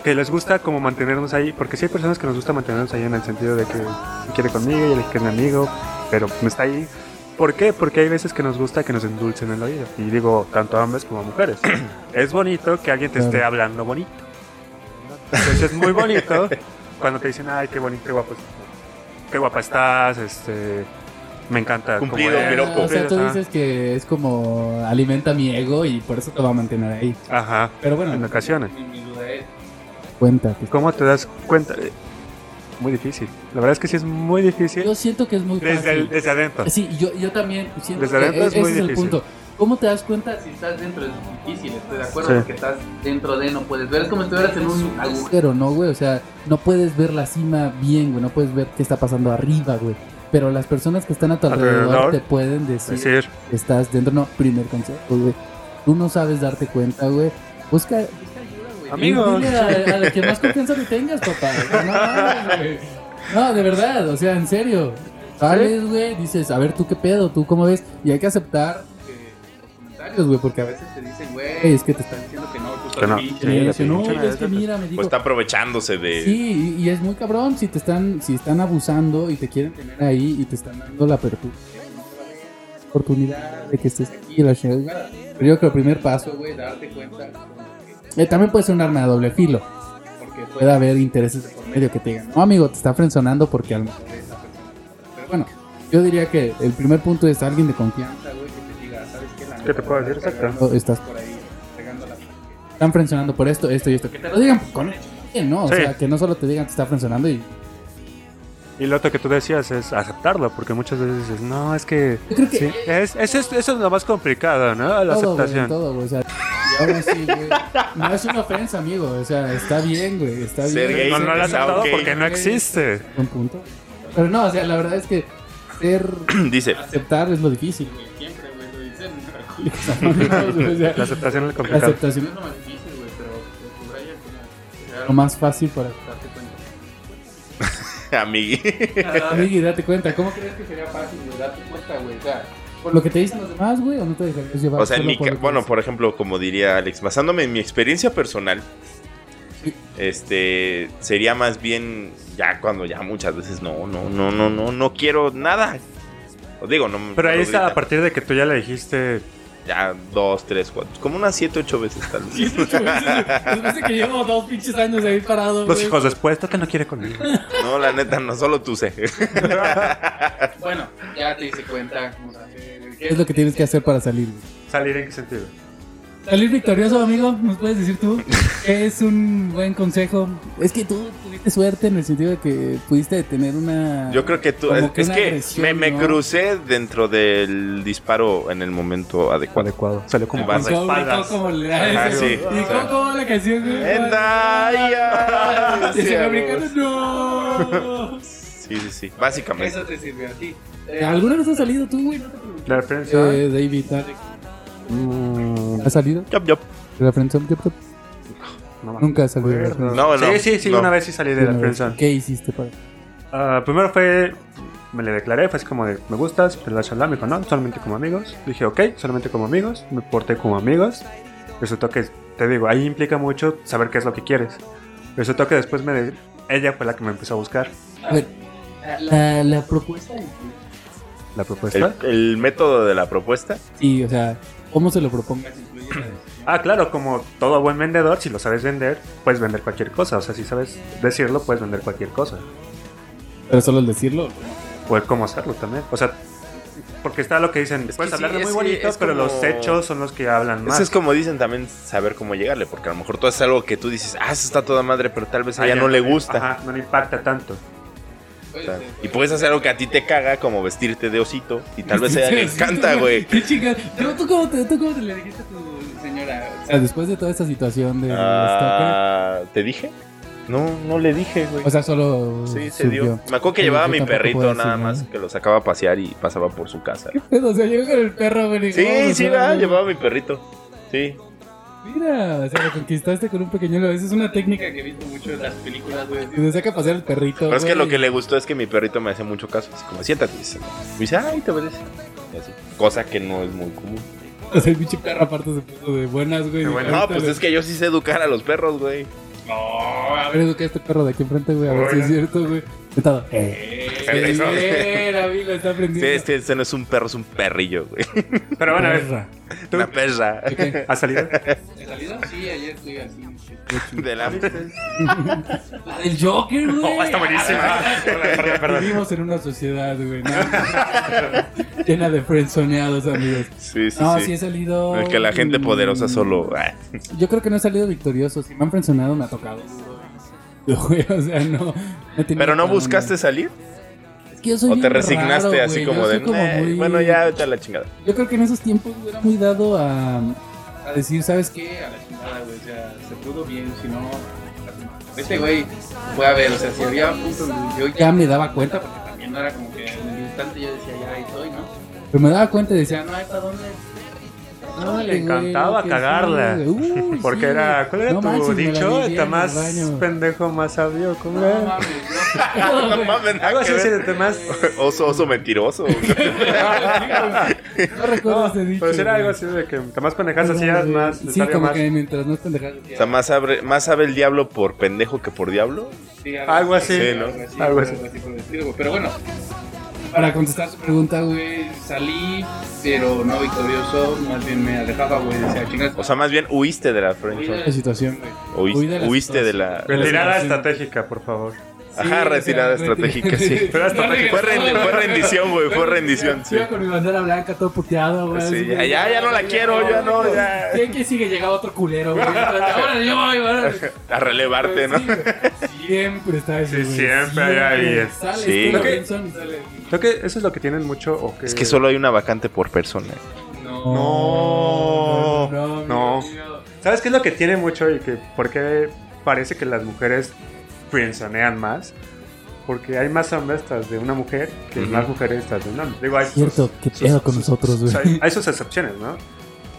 Speaker 3: Que les gusta como mantenernos ahí, porque sí hay personas que nos gusta mantenernos ahí en el sentido de que quiere conmigo y él quiere mi amigo, pero no está ahí. ¿Por qué? Porque hay veces que nos gusta que nos endulcen el oído. Y digo, tanto a hombres como a mujeres. es bonito que alguien te esté
Speaker 1: Claro.
Speaker 3: hablando bonito. Entonces es muy bonito cuando te dicen, ay, qué bonito, qué guapo, qué guapa estás, este, me encanta. cómo
Speaker 2: Cumplido,
Speaker 3: eres".
Speaker 2: piropo.
Speaker 1: Ah, o sea, tú
Speaker 3: Ajá.
Speaker 1: dices que es como alimenta mi ego y por eso te va a mantener ahí.
Speaker 3: Ajá,
Speaker 1: Pero
Speaker 3: en
Speaker 1: bueno, pues.
Speaker 3: ocasiones.
Speaker 4: Mi, mi duda es.
Speaker 1: cuéntate.
Speaker 3: ¿Cómo te das cuenta? Eh, Muy difícil. La verdad es que sí es muy difícil
Speaker 1: Yo siento que es muy
Speaker 3: desde,
Speaker 1: fácil.
Speaker 3: el- desde adentro.
Speaker 1: Sí, yo, yo también siento
Speaker 3: Desde
Speaker 1: que e-
Speaker 3: adentro es
Speaker 1: ese
Speaker 3: muy
Speaker 1: es el
Speaker 3: difícil.
Speaker 1: punto. ¿Cómo te das cuenta
Speaker 4: Si estás dentro es difícil, estoy de acuerdo,
Speaker 3: Sí.
Speaker 4: porque estás dentro de, no puedes ver. Es como si estuvieras en un agujero.
Speaker 1: Pero no, güey, o sea, no puedes ver la cima bien, güey, no puedes ver qué está pasando arriba, güey. Pero las personas que están a tu alrededor,
Speaker 3: Alrededor.
Speaker 1: te pueden
Speaker 3: Es
Speaker 1: decir
Speaker 3: decir,
Speaker 1: que estás dentro. No, primer consejo, güey. Tú no sabes darte cuenta, güey. Busca.
Speaker 3: Amigos.
Speaker 1: Dile a, a la que más confianza le tengas, papá. No, güey. No, de verdad, o sea, en serio. Sales, güey, dices, a ver tú qué pedo, tú cómo ves. Y hay que aceptar,
Speaker 4: que los comentarios,
Speaker 1: comentarios, güey, porque a
Speaker 4: a
Speaker 1: veces.
Speaker 4: veces te dicen, güey,
Speaker 1: Güey, es que te
Speaker 4: están diciendo que no, tú
Speaker 3: Que
Speaker 4: estás
Speaker 3: no.
Speaker 4: pinche.
Speaker 3: Sí, la
Speaker 1: Sí, no,
Speaker 3: pinche
Speaker 1: güey, es que
Speaker 3: neta.
Speaker 1: mira, me dijo.
Speaker 2: Pues está aprovechándose de.
Speaker 1: Sí, y, y es muy cabrón si te están, si están abusando y te quieren tener ahí y te están dando la apertura. Oportunidad de que estés aquí, la chingada. Pero yo creo que el primer paso,
Speaker 4: Eso, güey, darte cuenta. como que-
Speaker 1: eh, también puede ser un arma de doble filo.
Speaker 4: Porque
Speaker 1: Puede
Speaker 4: pueda
Speaker 1: haber intereses de por medio que te digan, no amigo, te está frenzonando porque algo. Pero bueno, yo diría que el primer punto es alguien de confianza.
Speaker 4: cuenta, güey, que te diga, ¿sabes qué? La
Speaker 3: ¿Qué
Speaker 4: neta,
Speaker 3: te puedo decir?
Speaker 4: estás
Speaker 3: Exacto.
Speaker 4: cagando,
Speaker 1: Estás-
Speaker 4: por ahí, pegando la
Speaker 1: Están frenzonando por esto, esto y esto. Que te lo digan con que no, o
Speaker 3: Sí.
Speaker 1: sea, que no solo te digan te está frenzonando y
Speaker 3: y lo otro que tú decías es aceptarlo, porque muchas veces dices, no, es que.
Speaker 1: yo creo que
Speaker 3: Sí, es, es- es- eso es lo más complicado, ¿no? La
Speaker 1: todo, güey,
Speaker 3: aceptación.
Speaker 1: todo, güey, o sea, y aún así, güey, no es una ofensa, amigo, o sea, está bien, güey, está bien.
Speaker 2: Ser gay
Speaker 3: No, no lo has
Speaker 2: Está
Speaker 3: aceptado
Speaker 2: ok.
Speaker 3: porque no existe.
Speaker 1: Un punto. Pero no, o sea, la verdad es que ser
Speaker 2: Dice.
Speaker 1: aceptar es lo difícil, güey.
Speaker 4: Siempre, güey, lo dicen.
Speaker 1: O sea,
Speaker 3: La aceptación es lo
Speaker 1: la
Speaker 3: complicado.
Speaker 1: aceptación
Speaker 4: No es lo más difícil, güey, pero pues, Brian, como,
Speaker 1: es lo más fácil para
Speaker 4: darte cuenta.
Speaker 2: Amigui.
Speaker 4: Ah.
Speaker 1: Amigui, date cuenta, ¿cómo
Speaker 4: crees que sería fácil güey, darte cuenta, güey? O sea,
Speaker 1: ¿Por lo que te dicen los demás, güey? ¿O no te dejarías llevar?
Speaker 2: O sea, en
Speaker 1: solo
Speaker 2: mi
Speaker 1: por
Speaker 2: ca-
Speaker 1: lo que
Speaker 2: bueno,
Speaker 1: dicen?
Speaker 2: por ejemplo, como diría Alex, basándome en mi experiencia personal,
Speaker 1: Sí.
Speaker 2: este sería más bien ya cuando ya muchas veces no, no, no, no, no, no quiero nada. Os digo, no.
Speaker 3: Pero ahí
Speaker 2: no
Speaker 3: está, a
Speaker 2: grita.
Speaker 3: partir de que tú ya le dijiste.
Speaker 2: Ya dos, tres, cuatro, como unas siete, ocho veces tal
Speaker 1: Sí,
Speaker 2: vez.
Speaker 1: sí, sí, güey. Después de que llevo dos pinches años ahí parado,
Speaker 3: Los
Speaker 1: güey.
Speaker 3: hijos después, tú que no quiere conmigo.
Speaker 2: no, la neta, no solo tú sé.
Speaker 4: bueno, ya te hice cuenta. o sea, que-
Speaker 1: Es lo que tienes que hacer para salir, güey.
Speaker 3: ¿Salir en qué sentido?
Speaker 1: Salir victorioso, amigo, nos puedes decir tú. Es un buen consejo. Es que tú tuviste suerte en el sentido de que pudiste detener una.
Speaker 2: Yo creo que tú.
Speaker 1: como
Speaker 2: Es que,
Speaker 1: una agresión,
Speaker 2: me, me
Speaker 1: ¿no?
Speaker 2: crucé dentro del disparo en el momento adecuado.
Speaker 3: Adecuado. Salió como
Speaker 2: Me vas-
Speaker 1: Y cómo- y cómo-
Speaker 3: espaldas.
Speaker 1: cómo le
Speaker 2: Ajá,
Speaker 1: da eso.
Speaker 2: sí.
Speaker 1: Y cómo- cómo la canción. güey.
Speaker 2: Endaya.
Speaker 1: Y el americano, no.
Speaker 2: Sí, sí, sí. Básicamente.
Speaker 4: Eso te sirvió a ti. Eh,
Speaker 1: ¿Alguna vez has salido tú, güey? No te pregunté.
Speaker 3: La referencia.
Speaker 1: Eh, David,
Speaker 3: mm,
Speaker 1: ¿has salido?
Speaker 2: Yop, yop.
Speaker 1: ¿De la friendzone? Yo creo-
Speaker 3: no me
Speaker 1: Nunca has salido de la
Speaker 3: acuerdo.
Speaker 1: friendzone.
Speaker 2: No, no,
Speaker 3: Sí, sí, sí,
Speaker 2: no.
Speaker 3: una vez sí salí de la
Speaker 1: Una vez.
Speaker 3: friendzone.
Speaker 1: ¿Qué hiciste para.?
Speaker 3: Ah, primero fue, me le declaré, fue así como de, me gustas, pero la charla me dijo, no, solamente como amigos. Dije, ok, solamente como amigos, me porté como amigos. Resultó que, te digo, ahí implica mucho saber qué es lo que quieres. Resultó que después me, de- ella fue la que me empezó a buscar
Speaker 1: A ver, la, la propuesta.
Speaker 3: la propuesta.
Speaker 2: El, el método de la propuesta.
Speaker 1: Sí, o sea, ¿cómo se lo propongas?
Speaker 3: Ah, claro, como todo buen vendedor, si lo sabes vender, puedes vender cualquier cosa. O sea, si sabes decirlo, puedes vender cualquier cosa.
Speaker 1: Pero solo el decirlo.
Speaker 3: O el cómo hacerlo también. O sea, porque está lo que dicen,
Speaker 2: Es que
Speaker 3: puedes hablar
Speaker 2: sí,
Speaker 3: de muy
Speaker 2: es que
Speaker 3: bonito,
Speaker 2: es
Speaker 3: pero
Speaker 2: como-
Speaker 3: los hechos son los que hablan más.
Speaker 2: Eso es como dicen también saber cómo llegarle, porque a lo mejor tú haces algo que tú dices, ah, eso está toda madre, pero tal vez a ella
Speaker 3: Allá
Speaker 2: no le gusta.
Speaker 3: Ah, Ajá, no le impacta tanto.
Speaker 2: O sea, Y puedes hacer algo que a ti te caga, como vestirte de osito, y tal vez a ella le
Speaker 1: Sí,
Speaker 2: encanta, güey.
Speaker 1: Qué chingada. Pero ¿Tú cómo te, tú cómo te le dijiste?
Speaker 4: dijiste a tu señora? O
Speaker 1: O
Speaker 4: sea,
Speaker 1: sea, después de toda esta situación de
Speaker 2: Ah, ¿Te dije? No, no le dije, güey.
Speaker 1: stalker, o sea, solo.
Speaker 2: Sí, se
Speaker 1: surgió.
Speaker 2: dio. Me acuerdo que
Speaker 1: Sí,
Speaker 2: llevaba a
Speaker 1: yo
Speaker 2: mi
Speaker 1: tampoco puedo
Speaker 2: perrito
Speaker 1: decir
Speaker 2: nada
Speaker 1: nada.
Speaker 2: más, que lo sacaba a pasear y pasaba por su casa.
Speaker 1: O sea, llegó con el perro, güey. y dijo,
Speaker 2: Sí,
Speaker 1: vamos,
Speaker 2: sí,
Speaker 1: vamos.
Speaker 2: va, llevaba a mi perrito. Sí.
Speaker 1: Mira, o sea, lo conquistaste con un pequeñuelo. Esa es una técnica que
Speaker 4: he visto mucho en las películas, güey.
Speaker 1: te saca a pasear el perrito.
Speaker 2: Pero es que
Speaker 1: güey.
Speaker 2: lo que le gustó es que mi perrito me hace mucho caso. Así como, siéntate. y se- Me dice, ay, te obedece. Y así. Cosa que no es muy común.
Speaker 1: O sea, el pinche perro aparte se puso de buenas, güey.
Speaker 3: De buenas.
Speaker 2: No,
Speaker 1: Ahorita
Speaker 2: pues
Speaker 1: le-
Speaker 2: es que yo sí sé educar a los perros, güey.
Speaker 4: No,
Speaker 1: A ver, educa a este perro de aquí enfrente, güey. A ver si es cierto, güey. Sentado. Eh.
Speaker 2: Perrizo.
Speaker 1: Mira, amigo, está
Speaker 2: Sí,
Speaker 1: aprendiendo.
Speaker 2: este, este no es un perro, es un perrillo, güey.
Speaker 3: Pero bueno, a ver,
Speaker 1: Perra.
Speaker 3: ¿tú
Speaker 2: Una perra.
Speaker 1: Ok.
Speaker 3: has salido?
Speaker 4: ¿Te salido? Sí, ayer estuve así.
Speaker 2: De la...
Speaker 1: La del Joker, güey.
Speaker 3: Oh, está buenísima. perdón, perdón.
Speaker 1: Vivimos en una sociedad, güey. ¿no? Llena de frenzoneados, amigos.
Speaker 2: Sí, sí,
Speaker 1: No, sí, he
Speaker 2: sí.
Speaker 1: salido.
Speaker 2: El que la gente
Speaker 1: mm,
Speaker 2: poderosa solo... ah.
Speaker 1: Yo creo que no he salido victorioso. Si me han frenzonado, me ha tocado. Güey, o sea, no. no he tenido
Speaker 2: ¿Pero no
Speaker 1: para
Speaker 2: buscaste
Speaker 1: dónde.
Speaker 2: salir?
Speaker 1: Es que yo soy
Speaker 2: ¿O te
Speaker 1: bien
Speaker 2: resignaste
Speaker 1: raro,
Speaker 2: así
Speaker 1: güey.
Speaker 2: como
Speaker 1: Yo
Speaker 2: de...
Speaker 1: soy como
Speaker 2: "Nah,
Speaker 1: muy-
Speaker 2: Bueno, ya, vete a la chingada.
Speaker 1: Yo creo que en esos tiempos güey, era muy dado a, a decir, ¿sabes qué?
Speaker 4: ¿Qué? A la chingada, güey. O sea, se pudo bien, si no. Este güey fue a ver, o sea, si había puntos donde yo
Speaker 1: Ya
Speaker 4: ya
Speaker 1: me daba cuenta,
Speaker 4: porque también no era como que en el instante yo decía, ya ahí estoy, ¿no?
Speaker 1: pero me daba cuenta y decía,
Speaker 4: no hay para dónde.
Speaker 3: No, le
Speaker 1: Güey,
Speaker 3: encantaba
Speaker 1: que
Speaker 3: cagarla.
Speaker 1: sí, güey. Uy,
Speaker 3: Porque
Speaker 1: sí,
Speaker 3: era,
Speaker 1: güey.
Speaker 3: ¿cuál era
Speaker 1: No
Speaker 3: tu
Speaker 1: manches, me la
Speaker 3: dicho?
Speaker 1: alivié en
Speaker 3: Está
Speaker 1: el
Speaker 3: más
Speaker 1: baño.
Speaker 3: pendejo, más sabio, ¿cómo
Speaker 4: No
Speaker 3: era?
Speaker 4: mames, no.
Speaker 2: No mames, nada
Speaker 3: Algo
Speaker 2: que
Speaker 3: así,
Speaker 2: ver.
Speaker 3: sí, de más.
Speaker 2: Oso, oso mentiroso. güey.
Speaker 1: No recuerdo
Speaker 3: No,
Speaker 1: ese dicho.
Speaker 3: pero sí era algo
Speaker 1: güey.
Speaker 3: así de que te más pendejas así, eras más, te
Speaker 1: Sí,
Speaker 3: sabía
Speaker 1: como
Speaker 3: más.
Speaker 1: que mientras no es pendejado.
Speaker 2: O sea, más, abre- más sabe el diablo por pendejo que por diablo.
Speaker 4: Sí,
Speaker 3: Algo así.
Speaker 2: Sí, ¿no?
Speaker 3: Algo así.
Speaker 4: por el estilo, güey. Pero bueno,
Speaker 1: Para contestar su pregunta,
Speaker 4: puta, güey, salí, pero no victorioso. Más bien me alejaba, güey. Decía, chingas.
Speaker 2: O sea, más bien huiste de la friendzone.
Speaker 1: la situación, güey.
Speaker 2: Huiste,
Speaker 1: Huí de la
Speaker 2: huiste de la...
Speaker 1: situación.
Speaker 3: Retirada
Speaker 1: Sí.
Speaker 3: estratégica, por favor.
Speaker 1: Sí,
Speaker 2: Ajá,
Speaker 1: o sea,
Speaker 2: retirada estratégica, sí.
Speaker 3: Pero hasta
Speaker 1: regresó,
Speaker 2: Fue, rendi-
Speaker 1: güey.
Speaker 2: fue rendición, güey, fue rendición, sí.
Speaker 1: Iba con mi bandera blanca todo puteado, güey.
Speaker 2: Sí,
Speaker 1: así,
Speaker 2: ya-
Speaker 1: güey.
Speaker 2: ya- ya no la quiero, ya no, ya.
Speaker 1: Sí, que sigue llegaba otro culero, güey. Ahora yo voy, ahora.
Speaker 2: A relevarte, ¿no?
Speaker 1: Sí, güey. siempre está ese,
Speaker 3: Sí,
Speaker 1: güey.
Speaker 3: siempre hay alguien.
Speaker 1: Sale, este
Speaker 2: Sí,
Speaker 1: Steve
Speaker 2: güey.
Speaker 1: Benson y sale-
Speaker 3: Creo que eso es lo que tienen mucho, o que...
Speaker 2: Es que solo hay una vacante por persona.
Speaker 1: No.
Speaker 3: No.
Speaker 1: amigo.
Speaker 3: ¿Sabes qué es lo que tiene mucho y que por qué parece que las mujeres friendzonean más? Porque hay más hombres tras de una mujer que
Speaker 2: Ujú.
Speaker 3: más mujeres tras de un hombre. Digo, hay
Speaker 1: Cierto, qué pedo con nosotros,
Speaker 3: o
Speaker 1: güey.
Speaker 3: sea, hay- hay sus excepciones, ¿no?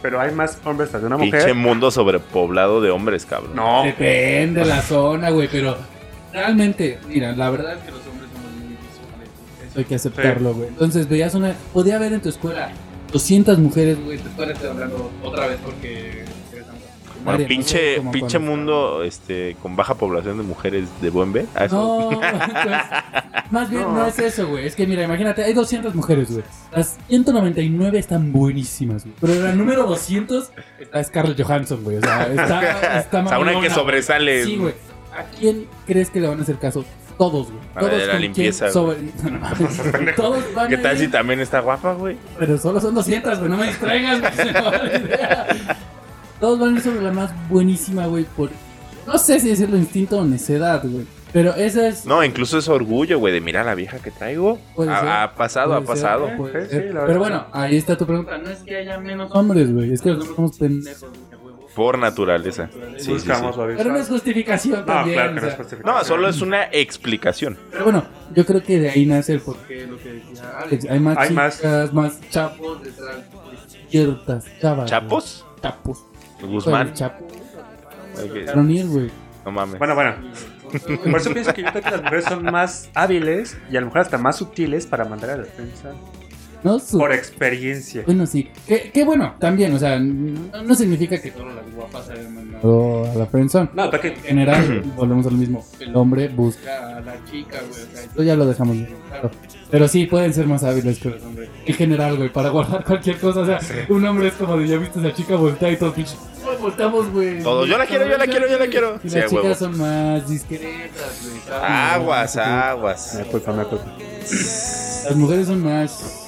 Speaker 3: Pero hay más hombres tras de una
Speaker 2: Pinche
Speaker 3: mujer.
Speaker 2: mundo sobrepoblado de hombres, cabrón.
Speaker 3: No.
Speaker 1: Depende de la zona, güey, pero realmente, mira, la
Speaker 4: La
Speaker 1: verdad
Speaker 4: verdad es que los hombres somos muy visuales.
Speaker 1: hay que aceptarlo, güey. Entonces, veías una, podía haber en tu escuela 200 mujeres, güey.
Speaker 4: Güey, te acuerdas de hablando otra vez porque eres hombre.
Speaker 2: Bueno,
Speaker 1: Nadie, ¿no?
Speaker 2: pinche,
Speaker 1: Como
Speaker 2: pinche
Speaker 1: cuando-
Speaker 2: mundo este, con baja población de mujeres de buen ver. a eso-
Speaker 1: No, entonces, más bien no.
Speaker 3: No.
Speaker 1: es eso, güey. Es que mira, imagínate, hay 200 mujeres, güey. Las 199 están buenísimas, güey. Pero la número 200 está Scarlett Johansson, güey. O sea, está, está
Speaker 2: o sea, una que
Speaker 1: mamalona,
Speaker 2: sobresale.
Speaker 1: Sí, güey. ¿A quién crees que le van a hacer caso? Todos, güey.
Speaker 2: A
Speaker 1: Todos
Speaker 2: ver, la
Speaker 1: con
Speaker 2: limpieza,
Speaker 1: quien sobre- No, mames. Todos van
Speaker 2: ¿Qué
Speaker 1: a
Speaker 2: tal
Speaker 1: ir,
Speaker 2: si también está guapa, güey?
Speaker 1: Pero solo son 200, güey. No me distraigas, güey. se me va la idea. Todos van a ir sobre la más buenísima, güey, por... No sé si decirlo instinto o necedad, güey. Pero esa es...
Speaker 2: No, incluso es orgullo, güey, de mirar a la vieja que traigo.
Speaker 1: Puede ser,
Speaker 2: Ha, ha pasado, ha
Speaker 1: puede ser,
Speaker 2: pasado.
Speaker 1: puede
Speaker 3: Sí,
Speaker 1: ser.
Speaker 3: sí, la verdad.
Speaker 1: Pero bueno, ahí está tu pregunta. No es que haya menos hombres, güey. Es que los hombres somos pendejos.
Speaker 2: Por naturaleza. Sí, sí, sí.
Speaker 3: Buscamos lo
Speaker 1: Pero no es justificación
Speaker 3: No,
Speaker 1: también.
Speaker 3: claro que
Speaker 1: o
Speaker 3: no es
Speaker 1: sea.
Speaker 2: No,
Speaker 3: justificado.
Speaker 2: solo es una explicación.
Speaker 1: Pero bueno, yo creo que de ahí nace el porqué lo que decía Alex. Hay más
Speaker 3: Hay más-
Speaker 1: chicas, más, chapos detrás de ciertas chavas.
Speaker 2: ¿Chapos?
Speaker 1: güey. Chapos.
Speaker 2: Guzmán.
Speaker 1: El Chapo.
Speaker 2: Ok,
Speaker 1: Ronil, güey.
Speaker 2: No mames.
Speaker 3: Bueno, bueno. Por eso pienso que yo creo que las mujeres son más hábiles y a lo mejor hasta más sutiles para mandar a la defensa.
Speaker 1: No Su-
Speaker 3: Por experiencia.
Speaker 1: Bueno, sí. Qué, qué bueno, también, o sea, n- no, significa que solo las guapas hayan mandado a la friendzone.
Speaker 3: No, porque
Speaker 1: En general, volvemos a lo mismo. El hombre busca.
Speaker 4: A la chica, güey. o sea,
Speaker 1: Esto ya lo dejamos. de lado. Pero sí, pueden ser más hábiles que los hombres. En general, güey, para guardar cualquier cosa. O sea, un hombre es como de ya viste a esa chica voltea y todo pinche. "Ay, Voltamos, güey.
Speaker 2: Todos, yo la quiero, yo la quiero, yo la quiero.
Speaker 1: Y
Speaker 2: Sí, a
Speaker 1: las
Speaker 2: huevo.
Speaker 1: chicas son más discretas, güey. ¿sabes?
Speaker 2: Aguas,
Speaker 3: Me
Speaker 2: aguas.
Speaker 3: culpa, me culpa.
Speaker 1: Las mujeres son más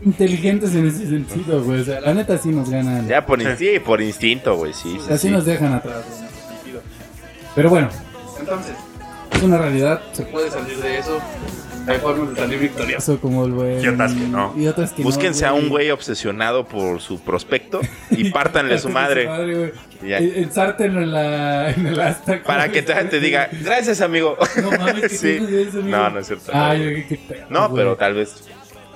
Speaker 1: inteligentes en ese sentido, güey. O sea, la neta sí nos ganan.
Speaker 2: Ya por, in- sí, por instinto, güey, sí, sí,
Speaker 1: Así
Speaker 2: sí.
Speaker 1: nos dejan atrás, güey, en ese sentido. Pero bueno,
Speaker 4: Entonces,
Speaker 1: es una realidad. Se
Speaker 4: se puede salir de eso. Hay formas de salir victorioso.
Speaker 1: pasó como el güey.
Speaker 3: Y otras que no.
Speaker 1: Y otras que no,
Speaker 2: Búsquense a un güey obsesionado por su prospecto y pártanle su madre.
Speaker 1: güey.
Speaker 2: Ya.
Speaker 1: En- Ensártenlo en la, en el hashtag.
Speaker 2: Para que te, te diga, gracias, amigo.
Speaker 1: No mames, que
Speaker 2: Sí.
Speaker 1: tienes de eso, amigo.
Speaker 2: No, no es cierto.
Speaker 1: Ay, qué pedo,
Speaker 2: No,
Speaker 1: güey.
Speaker 2: pero tal vez.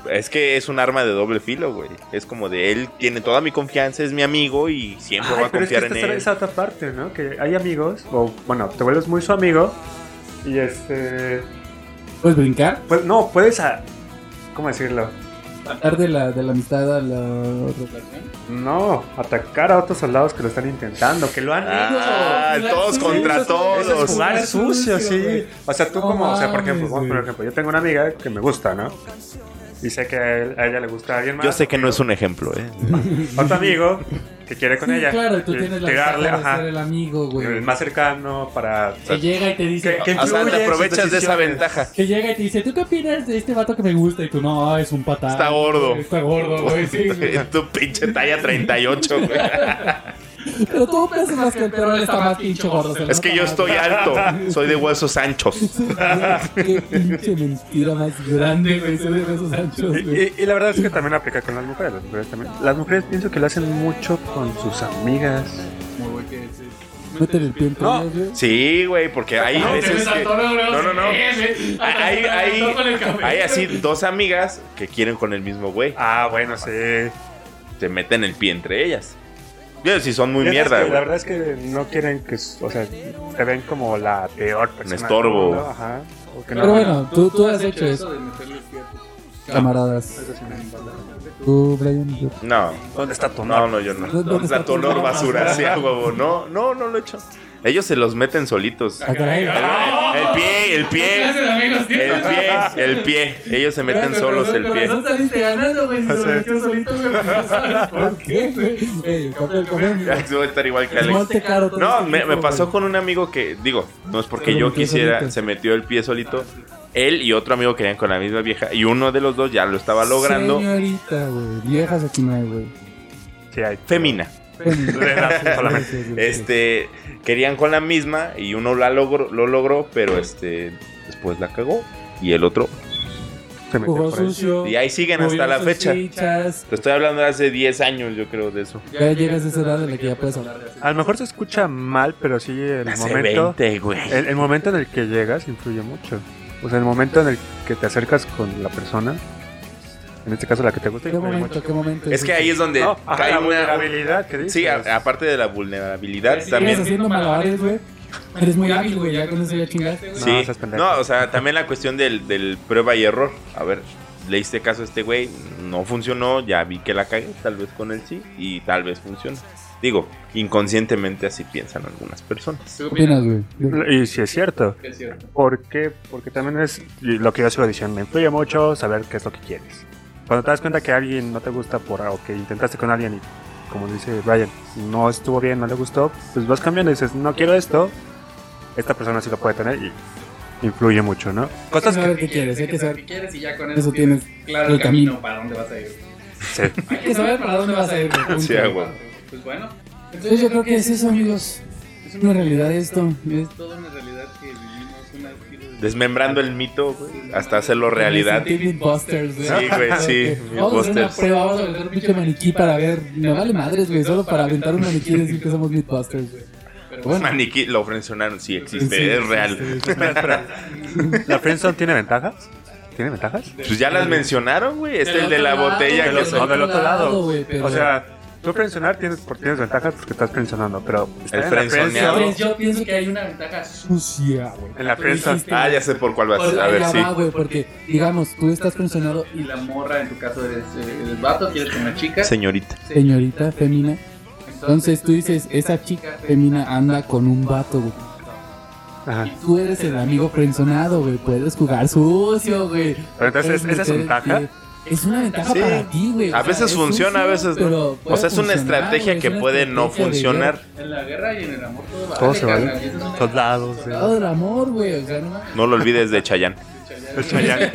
Speaker 2: Es que es un arma de doble filo, güey. Es como de él tiene toda mi confianza, es mi amigo y siempre
Speaker 3: Ay,
Speaker 2: va a
Speaker 3: pero es que
Speaker 2: confiar
Speaker 3: esta
Speaker 2: en él.
Speaker 3: es otra parte, ¿no? Que hay amigos, o bueno, te vuelves muy su amigo y este...
Speaker 1: ¿Puedes brincar?
Speaker 3: Pues, no, puedes... A, ¿Cómo decirlo?
Speaker 1: Saltar de la, de la amistad a la otra relación.
Speaker 3: No, atacar a otros soldados que lo están intentando, que lo han
Speaker 2: Ah,
Speaker 1: Amigos,
Speaker 2: todos
Speaker 1: sí,
Speaker 2: contra
Speaker 1: esos-
Speaker 3: Eso es
Speaker 2: todos.
Speaker 1: esos-
Speaker 3: jugar
Speaker 1: Jugar sucio,
Speaker 3: sucio, sí.
Speaker 1: güey.
Speaker 3: O sea, tú
Speaker 1: No
Speaker 3: como, o sea, por
Speaker 1: mames,
Speaker 3: ejemplo, vamos a poner
Speaker 1: güey.
Speaker 3: un ejemplo, yo tengo una amiga que me gusta, ¿no? Y sé que a, él- a ella le gusta a alguien más.
Speaker 2: Yo sé que no es un ejemplo, ¿eh?
Speaker 3: Otro amigo que quiere con
Speaker 1: Sí,
Speaker 3: ella.
Speaker 1: Claro, y tú
Speaker 3: Y
Speaker 1: tienes la
Speaker 3: pegarle,
Speaker 1: ventaja de
Speaker 3: ajá,
Speaker 1: ser el amigo,
Speaker 3: el
Speaker 1: güey.
Speaker 3: más cercano para.
Speaker 1: Que llega y te dice. "Ah,
Speaker 3: Que
Speaker 2: O sea,
Speaker 3: influye en
Speaker 2: te
Speaker 3: sus
Speaker 2: aprovechas de esa
Speaker 3: decisiones.
Speaker 2: ventaja.
Speaker 1: Que llega y te dice, ¿tú qué opinas de este vato que me gusta? Y tú, no, ah, es un patán.
Speaker 2: Está gordo.
Speaker 1: Está gordo, güey, sí. güey.
Speaker 2: tu pinche talla 38, güey.
Speaker 1: Pero tú piensas más que el perro está más pinche gordo. se le
Speaker 2: Es que
Speaker 1: nota
Speaker 2: yo
Speaker 1: más,
Speaker 2: estoy alto, soy de huesos anchos.
Speaker 1: Qué pinche mentira más grande, güey. Soy de besos anchos,
Speaker 3: Y,
Speaker 1: güey.
Speaker 3: y- y la verdad es que también aplica con las mujeres. Las mujeres, también. Las mujeres pienso que lo hacen mucho con sus amigas.
Speaker 1: Métele el pie entre
Speaker 3: No.
Speaker 1: ellas, güey.
Speaker 2: Sí, güey, porque hay veces que... No, no, no. Hay, hay, hay así dos amigas que quieren con el mismo güey.
Speaker 3: Ah, bueno, sí.
Speaker 2: Se meten el pie entre ellas. Yo, si son muy
Speaker 3: Y esas
Speaker 2: mierda,
Speaker 3: que La
Speaker 2: güey.
Speaker 3: verdad es que no quieren que. s- O sea, te ven como la peor persona. del
Speaker 2: estorbo.
Speaker 3: mundo, Ajá. O que no-
Speaker 1: Pero bueno, tú, tú has hecho eso,
Speaker 4: de meterle el pie a tu-
Speaker 1: camaradas.
Speaker 3: Eso sí me-
Speaker 1: Tú, Brian. yo-
Speaker 2: No,
Speaker 3: ¿Dónde está tu
Speaker 2: no, no, yo no.
Speaker 1: ¿Dónde
Speaker 2: ¿Dónde
Speaker 1: está
Speaker 2: está
Speaker 1: tu
Speaker 2: tu olor
Speaker 1: norma?
Speaker 2: basura? Sí, a huevo. No, no, no lo he hecho. Ellos se los meten solitos.
Speaker 1: Ah, caray.
Speaker 2: El pie, el pie, el pie, el pie. Ellos se meten solos el pie.
Speaker 4: No saliste ganando, güey. Si
Speaker 3: O
Speaker 4: se
Speaker 3: sea.
Speaker 4: lo metió solito, güey. pues, ¿sabes por
Speaker 1: ¿Por
Speaker 4: qué?
Speaker 1: qué, güey? Ey, campeón, campeón.
Speaker 2: Ya, voy a estar igual que Alex.
Speaker 1: Monte Caro, todo
Speaker 2: No,
Speaker 1: este
Speaker 2: me,
Speaker 1: tipo,
Speaker 2: me
Speaker 1: güey.
Speaker 2: pasó con un amigo que, digo, no es porque
Speaker 1: Se lo
Speaker 2: yo
Speaker 1: metió
Speaker 2: quisiera,
Speaker 1: solito.
Speaker 2: se metió el pie solito. Él y otro amigo querían con la misma vieja y uno de los dos ya lo estaba logrando.
Speaker 1: Señorita, güey. Viejas aquí no hay, güey.
Speaker 3: Sí, hay.
Speaker 2: Femina.
Speaker 1: Ven, güey.
Speaker 3: solamente.
Speaker 1: Sí, sí, sí, sí.
Speaker 2: Este, querían con la misma y uno la logró, lo logró, pero este, después la cagó y el otro.
Speaker 3: Se metió
Speaker 1: Jugó
Speaker 3: por ahí.
Speaker 1: sucio.
Speaker 2: Y ahí siguen hasta
Speaker 1: movió
Speaker 2: la
Speaker 1: sus
Speaker 2: fecha. Te
Speaker 1: fichas.
Speaker 2: estoy hablando de hace 10 años, yo creo, de eso.
Speaker 1: Ya llegas a esa edad en la que ya puedes hablar de
Speaker 3: A lo mejor se escucha mal, pero sí el
Speaker 2: Hace
Speaker 3: momento.
Speaker 2: 20, güey.
Speaker 3: El, el momento en el que llegas influye mucho. O sea, el momento en el que te acercas con la persona, en este caso la que te gusta,
Speaker 1: ¿Qué
Speaker 3: influye
Speaker 1: momento, qué momento?
Speaker 2: Es que ahí es donde
Speaker 3: mucho. No, ajá,
Speaker 2: cae
Speaker 3: la
Speaker 2: una.
Speaker 3: vulnerabilidad que dices.
Speaker 2: Sí, a- aparte de la vulnerabilidad,
Speaker 4: Sí,
Speaker 1: Sigues
Speaker 2: también.
Speaker 1: haciendo malabares, güey. Eres muy hábil, güey. Ya con eso ya chingaste, güey.
Speaker 2: Sí.
Speaker 3: No,
Speaker 2: No,
Speaker 3: seas pendejo.
Speaker 2: o sea, también la cuestión del, del prueba y error. A ver, le hice caso a este güey, no funcionó, ya vi que la cagué, tal vez con él sí, y tal vez funciona. Digo, inconscientemente así piensan algunas personas.
Speaker 4: ¿Qué
Speaker 1: ¿Qué opinas, güey?
Speaker 3: Y si es cierto.
Speaker 4: Que es cierto.
Speaker 3: ¿Por qué? Porque también es y lo que yo sigo diciendo, me influye mucho saber qué es lo que quieres. Cuando te das cuenta que alguien no te gusta por algo, que intentaste con alguien y, como dice Brian, no estuvo bien, no le gustó, pues vas cambiando y dices, no quiero esto, esta persona sí lo puede tener y influye mucho, ¿no? Cosas
Speaker 1: Hay
Speaker 3: que...
Speaker 1: saber qué quieres, hay que saber.
Speaker 4: quieres y ya con
Speaker 1: Eso
Speaker 4: eso
Speaker 1: tienes
Speaker 4: tienes claro
Speaker 1: el
Speaker 4: el camino para dónde vas a ir.
Speaker 3: Sí.
Speaker 1: Hay que saber para dónde vas a ir, güey. punto.
Speaker 2: Sí, a huevo.
Speaker 4: Pues bueno,
Speaker 1: Entonces yo creo que es eso, amigos. Es una realidad esto.
Speaker 4: Es toda una realidad que vivimos. Una...
Speaker 2: Desmembrando el mito, güey, hasta hacerlo realidad.
Speaker 1: Team Imposters, güey.
Speaker 2: Sí, güey,
Speaker 1: Vamos
Speaker 2: sí.
Speaker 1: a hacer una
Speaker 2: Imposters.
Speaker 1: prueba, vamos a vender un pinche maniquí para ver. Me vale madres, güey. Solo para aventar un maniquí y decir que somos Mythbusters, güey. Pero bueno.
Speaker 2: Maniquí, lo mencionaron, sí existe,
Speaker 1: Sí,
Speaker 2: es real.
Speaker 3: Espera, espera. ¿La Friendzone tiene ventajas? ¿Tiene ventajas?
Speaker 2: Pues ya las mencionaron, güey. Este
Speaker 4: Del
Speaker 2: es el de la
Speaker 4: otro lado,
Speaker 2: botella.
Speaker 4: del
Speaker 2: que
Speaker 4: otro
Speaker 2: son-
Speaker 3: No, del otro lado.
Speaker 1: güey, pero-
Speaker 3: O sea, tú friendzonear tienes, por- tienes ventajas porque estás friendzonando, pero... estar
Speaker 2: El
Speaker 3: en la
Speaker 2: friendzoneado.
Speaker 3: friendzone-
Speaker 4: Pues yo pienso que hay una ventaja
Speaker 1: sucia, güey.
Speaker 3: En la friendzone.
Speaker 1: dijiste-
Speaker 2: Ah, ya sé por cuál vas.
Speaker 1: Por-
Speaker 2: A
Speaker 1: ahí
Speaker 2: ver,
Speaker 1: la
Speaker 2: sí.
Speaker 1: va, güey, porque, digamos, tú estás presionado,
Speaker 4: y la morra, en tu caso eres eh, el vato, quieres con una chica.
Speaker 2: Señorita.
Speaker 1: señorita femina. Entonces tú dices, esa chica femina anda con un vato, güey.
Speaker 3: Ajá.
Speaker 1: Y tú eres el amigo presionado, güey. Puedes jugar sucio, güey.
Speaker 3: Pero entonces,
Speaker 1: Puedes
Speaker 3: ¿esa es
Speaker 1: meter el
Speaker 3: ventaja?
Speaker 1: pie. Es una ventaja
Speaker 2: Sí.
Speaker 1: para ti, güey.
Speaker 2: A
Speaker 1: O sea,
Speaker 2: veces
Speaker 1: es
Speaker 2: funciona, a
Speaker 1: sucio,
Speaker 2: veces no.
Speaker 1: pero
Speaker 2: O sea,
Speaker 1: puede
Speaker 2: es una
Speaker 1: funcionar,
Speaker 2: estrategia
Speaker 1: güey,
Speaker 2: que
Speaker 1: es una
Speaker 2: puede no
Speaker 1: estrategia de
Speaker 2: funcionar.
Speaker 4: En la guerra y en el amor todo vale.
Speaker 3: Todo se vale.
Speaker 4: carnal, y eso es una-
Speaker 3: Todos lados,
Speaker 1: guerra. Todo el amor, güey. O sea, no mames.
Speaker 2: No lo olvides de Chayanne.
Speaker 3: El Chayanne.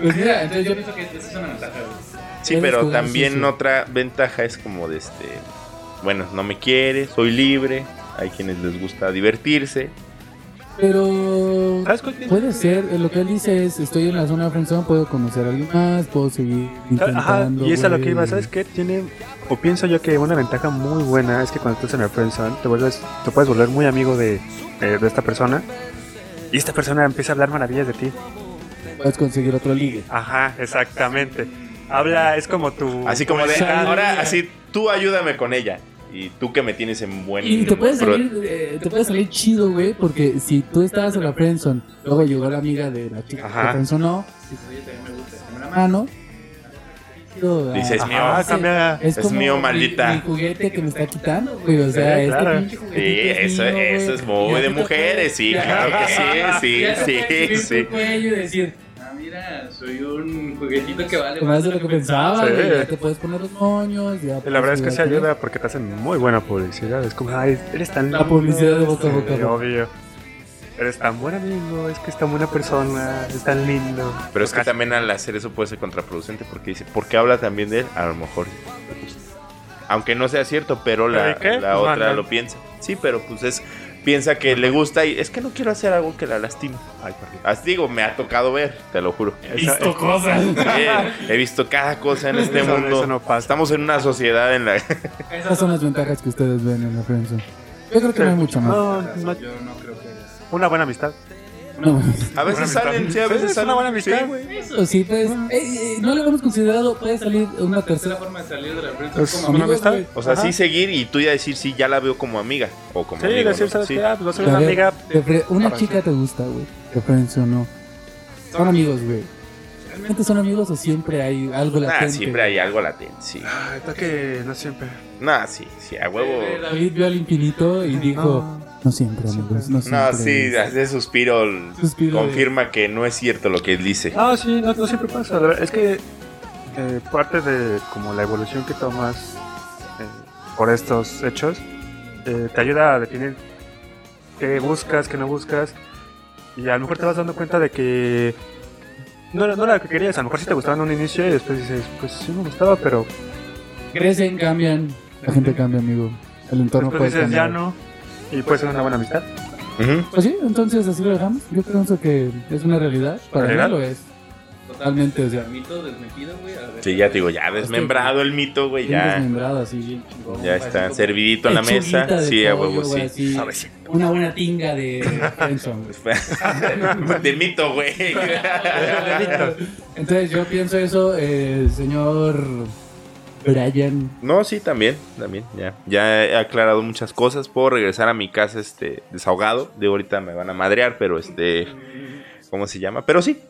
Speaker 1: Pues mira,
Speaker 4: Entonces yo pienso que esa es una ventaja, güey.
Speaker 2: Sí,
Speaker 1: Puedes
Speaker 2: pero
Speaker 1: jugar
Speaker 2: también
Speaker 1: sucio.
Speaker 2: otra ventaja es como de este. Bueno, no me quiere, soy libre. Hay quienes les gusta divertirse.
Speaker 1: Pero
Speaker 3: ¿Sabes cuál tiene?
Speaker 1: puede ser, eh, lo que él dice es, estoy en la zona de friendzone, puedo conocer a alguien más, puedo seguir intentando.
Speaker 3: Ajá, y esa es lo que iba,
Speaker 1: güey.
Speaker 3: ¿sabes qué? Tiene, o pienso yo que una ventaja muy buena es que cuando estás en el friendzone te vuelves, te puedes volver muy amigo de, eh, de esta persona y esta persona empieza a hablar maravillas de ti.
Speaker 1: Puedes conseguir otro ligue.
Speaker 3: Ajá, exactamente. Habla, es como tu...
Speaker 2: Así como de.
Speaker 1: Chayanne.
Speaker 2: Ahora, así tú ayúdame con ella. Y tú que me tienes en buen.
Speaker 1: Y te puede
Speaker 2: pro-
Speaker 1: salir, eh, te puede salir chido, güey, porque si tú estabas en la friendzone, luego llegó la amiga de la chica que
Speaker 3: Ajá.
Speaker 1: te friendzonó,
Speaker 4: Sí, sí, oye, también me gusta. También la
Speaker 1: ah, ¿no? Chido, ah,
Speaker 2: Dices,
Speaker 1: ah,
Speaker 3: Ajá,
Speaker 2: mío.
Speaker 3: cambia.
Speaker 1: es,
Speaker 2: es
Speaker 1: como
Speaker 2: mío,
Speaker 1: mi-
Speaker 2: maldita.
Speaker 1: Mi, juguete que me está quitando, güey. O sea,
Speaker 3: Sí,
Speaker 1: este
Speaker 3: claro.
Speaker 1: pinche
Speaker 2: Sí,
Speaker 1: juguetito es
Speaker 2: eso,
Speaker 1: mío, güey.
Speaker 2: eso es
Speaker 1: Y así
Speaker 2: muy
Speaker 1: te
Speaker 2: de
Speaker 1: puedes-
Speaker 2: mujeres, sí,
Speaker 1: Ya-
Speaker 2: claro
Speaker 1: ya
Speaker 2: que
Speaker 1: te puedes
Speaker 2: sí, sí,
Speaker 1: subir
Speaker 2: sí.
Speaker 1: tu cuello y decir,
Speaker 4: Ah, mira, soy un juguetito que vale
Speaker 1: más de lo que pensaba,
Speaker 3: Sí.
Speaker 1: güey. Ya te puedes poner los moños. Ya
Speaker 3: La verdad es que
Speaker 1: puedes
Speaker 3: se
Speaker 1: cuidarte.
Speaker 3: ayuda porque te hacen muy buena publicidad. Es como, ay, eres tan...
Speaker 1: La publicidad de boca a boca,
Speaker 3: Sí,
Speaker 1: ¿no?
Speaker 3: obvio. Eres tan buen amigo, es que es tan buena persona, es tan lindo.
Speaker 2: Pero es que también al hacer eso puede ser contraproducente porque dice, ¿por qué habla también de él? A lo mejor. Aunque no sea cierto, pero la,
Speaker 3: ¿Pero de qué?
Speaker 2: la
Speaker 3: Pues,
Speaker 2: otra
Speaker 3: ajá.
Speaker 2: lo piensa. Sí, pero pues es piensa que le gusta y es que no quiero hacer algo que la lastime.
Speaker 3: Ay, perdón.
Speaker 2: Así digo, me ha tocado ver, te lo juro.
Speaker 1: He visto cosas.
Speaker 2: Eh, he visto cada cosa en este
Speaker 3: Eso-
Speaker 2: mundo.
Speaker 3: eso no pasa.
Speaker 2: Estamos en una sociedad en la
Speaker 1: Esas son las ventajas que ustedes ven en la friendzone. Yo creo que no hay mucho más.
Speaker 3: No, no,
Speaker 4: Yo no creo que haya.
Speaker 3: una buena amistad.
Speaker 1: No.
Speaker 2: a veces salen, sí, a veces
Speaker 3: es una
Speaker 2: salen.
Speaker 3: buena
Speaker 2: sí.
Speaker 3: amistad, güey.
Speaker 1: Eso sí, pues. eh, eh, no lo hemos considerado. Puede salir una tercera
Speaker 4: Tercera
Speaker 1: forma.
Speaker 4: forma de salir de la prensa
Speaker 3: Es
Speaker 4: como
Speaker 3: una
Speaker 1: amigos,
Speaker 3: amistad.
Speaker 1: güey.
Speaker 2: O sea,
Speaker 3: Ajá.
Speaker 2: sí seguir y tú ya decir sí, ya la veo como amiga o como
Speaker 3: Sí,
Speaker 2: amigo,
Speaker 3: decir,
Speaker 2: ¿no?
Speaker 3: ¿sabes
Speaker 2: Sí.
Speaker 3: qué? Ah, pues va a ser
Speaker 1: A
Speaker 3: una
Speaker 1: ver,
Speaker 3: amiga.
Speaker 1: te fre- una
Speaker 3: Para
Speaker 1: chica te gusta, güey. Te friendzonó. Son amigos, güey. ¿Realmente son amigos o siempre hay
Speaker 3: Ah,
Speaker 1: algo
Speaker 2: Nah,
Speaker 1: latente?
Speaker 2: siempre hay algo latente, sí.
Speaker 3: Ay, está que no siempre.
Speaker 2: Nah, sí, sí, a huevo.
Speaker 4: Eh,
Speaker 1: David vio al infinito y dijo: No siempre, amigos. No siempre.
Speaker 2: No, sí, ese suspiro, l-
Speaker 1: Suspiro de-
Speaker 2: confirma que no es cierto lo que él dice.
Speaker 3: Ah, sí, no, no siempre pasa. la verdad. es que eh, parte de como la evolución que tomas eh, por estos hechos eh, te ayuda a definir qué buscas, qué no buscas. Y a lo mejor te vas dando cuenta de que no, era- no era lo que querías. A lo mejor sí te gustaba en un inicio y después dices, pues sí me gustaba, pero
Speaker 1: Crecen, cambian. La gente cambia, amigo. El entorno puede
Speaker 3: después Pues dices, ya
Speaker 1: cambiar.
Speaker 3: no. Y puede ser una buena amistad.
Speaker 2: Ujú.
Speaker 1: Pues sí, entonces así lo dejamos. Yo pienso que es una realidad. Para
Speaker 3: ¿Realidad?
Speaker 1: mí lo es. Totalmente, o sea.
Speaker 4: Mito desmentido, güey. a ver.
Speaker 2: Sí, ya te digo, ya desmembrado el mito, güey,
Speaker 1: Bien
Speaker 2: ya.
Speaker 1: desmembrado, así, bien chingón.
Speaker 2: Ya está servidito en la
Speaker 1: Lechuguita
Speaker 2: mesa.
Speaker 1: de
Speaker 2: Sí, a
Speaker 1: pollo,
Speaker 2: huevo,
Speaker 1: güey,
Speaker 2: sí.
Speaker 1: así. Una buena tinga de Benson.
Speaker 2: De mito, güey.
Speaker 1: Entonces yo pienso eso, eh, señor Brian.
Speaker 2: No, sí, también, también, ya. Ya he aclarado muchas cosas. Puedo regresar a mi casa, este, desahogado. De ahorita me van a madrear, pero este, ¿cómo se llama? Pero sí,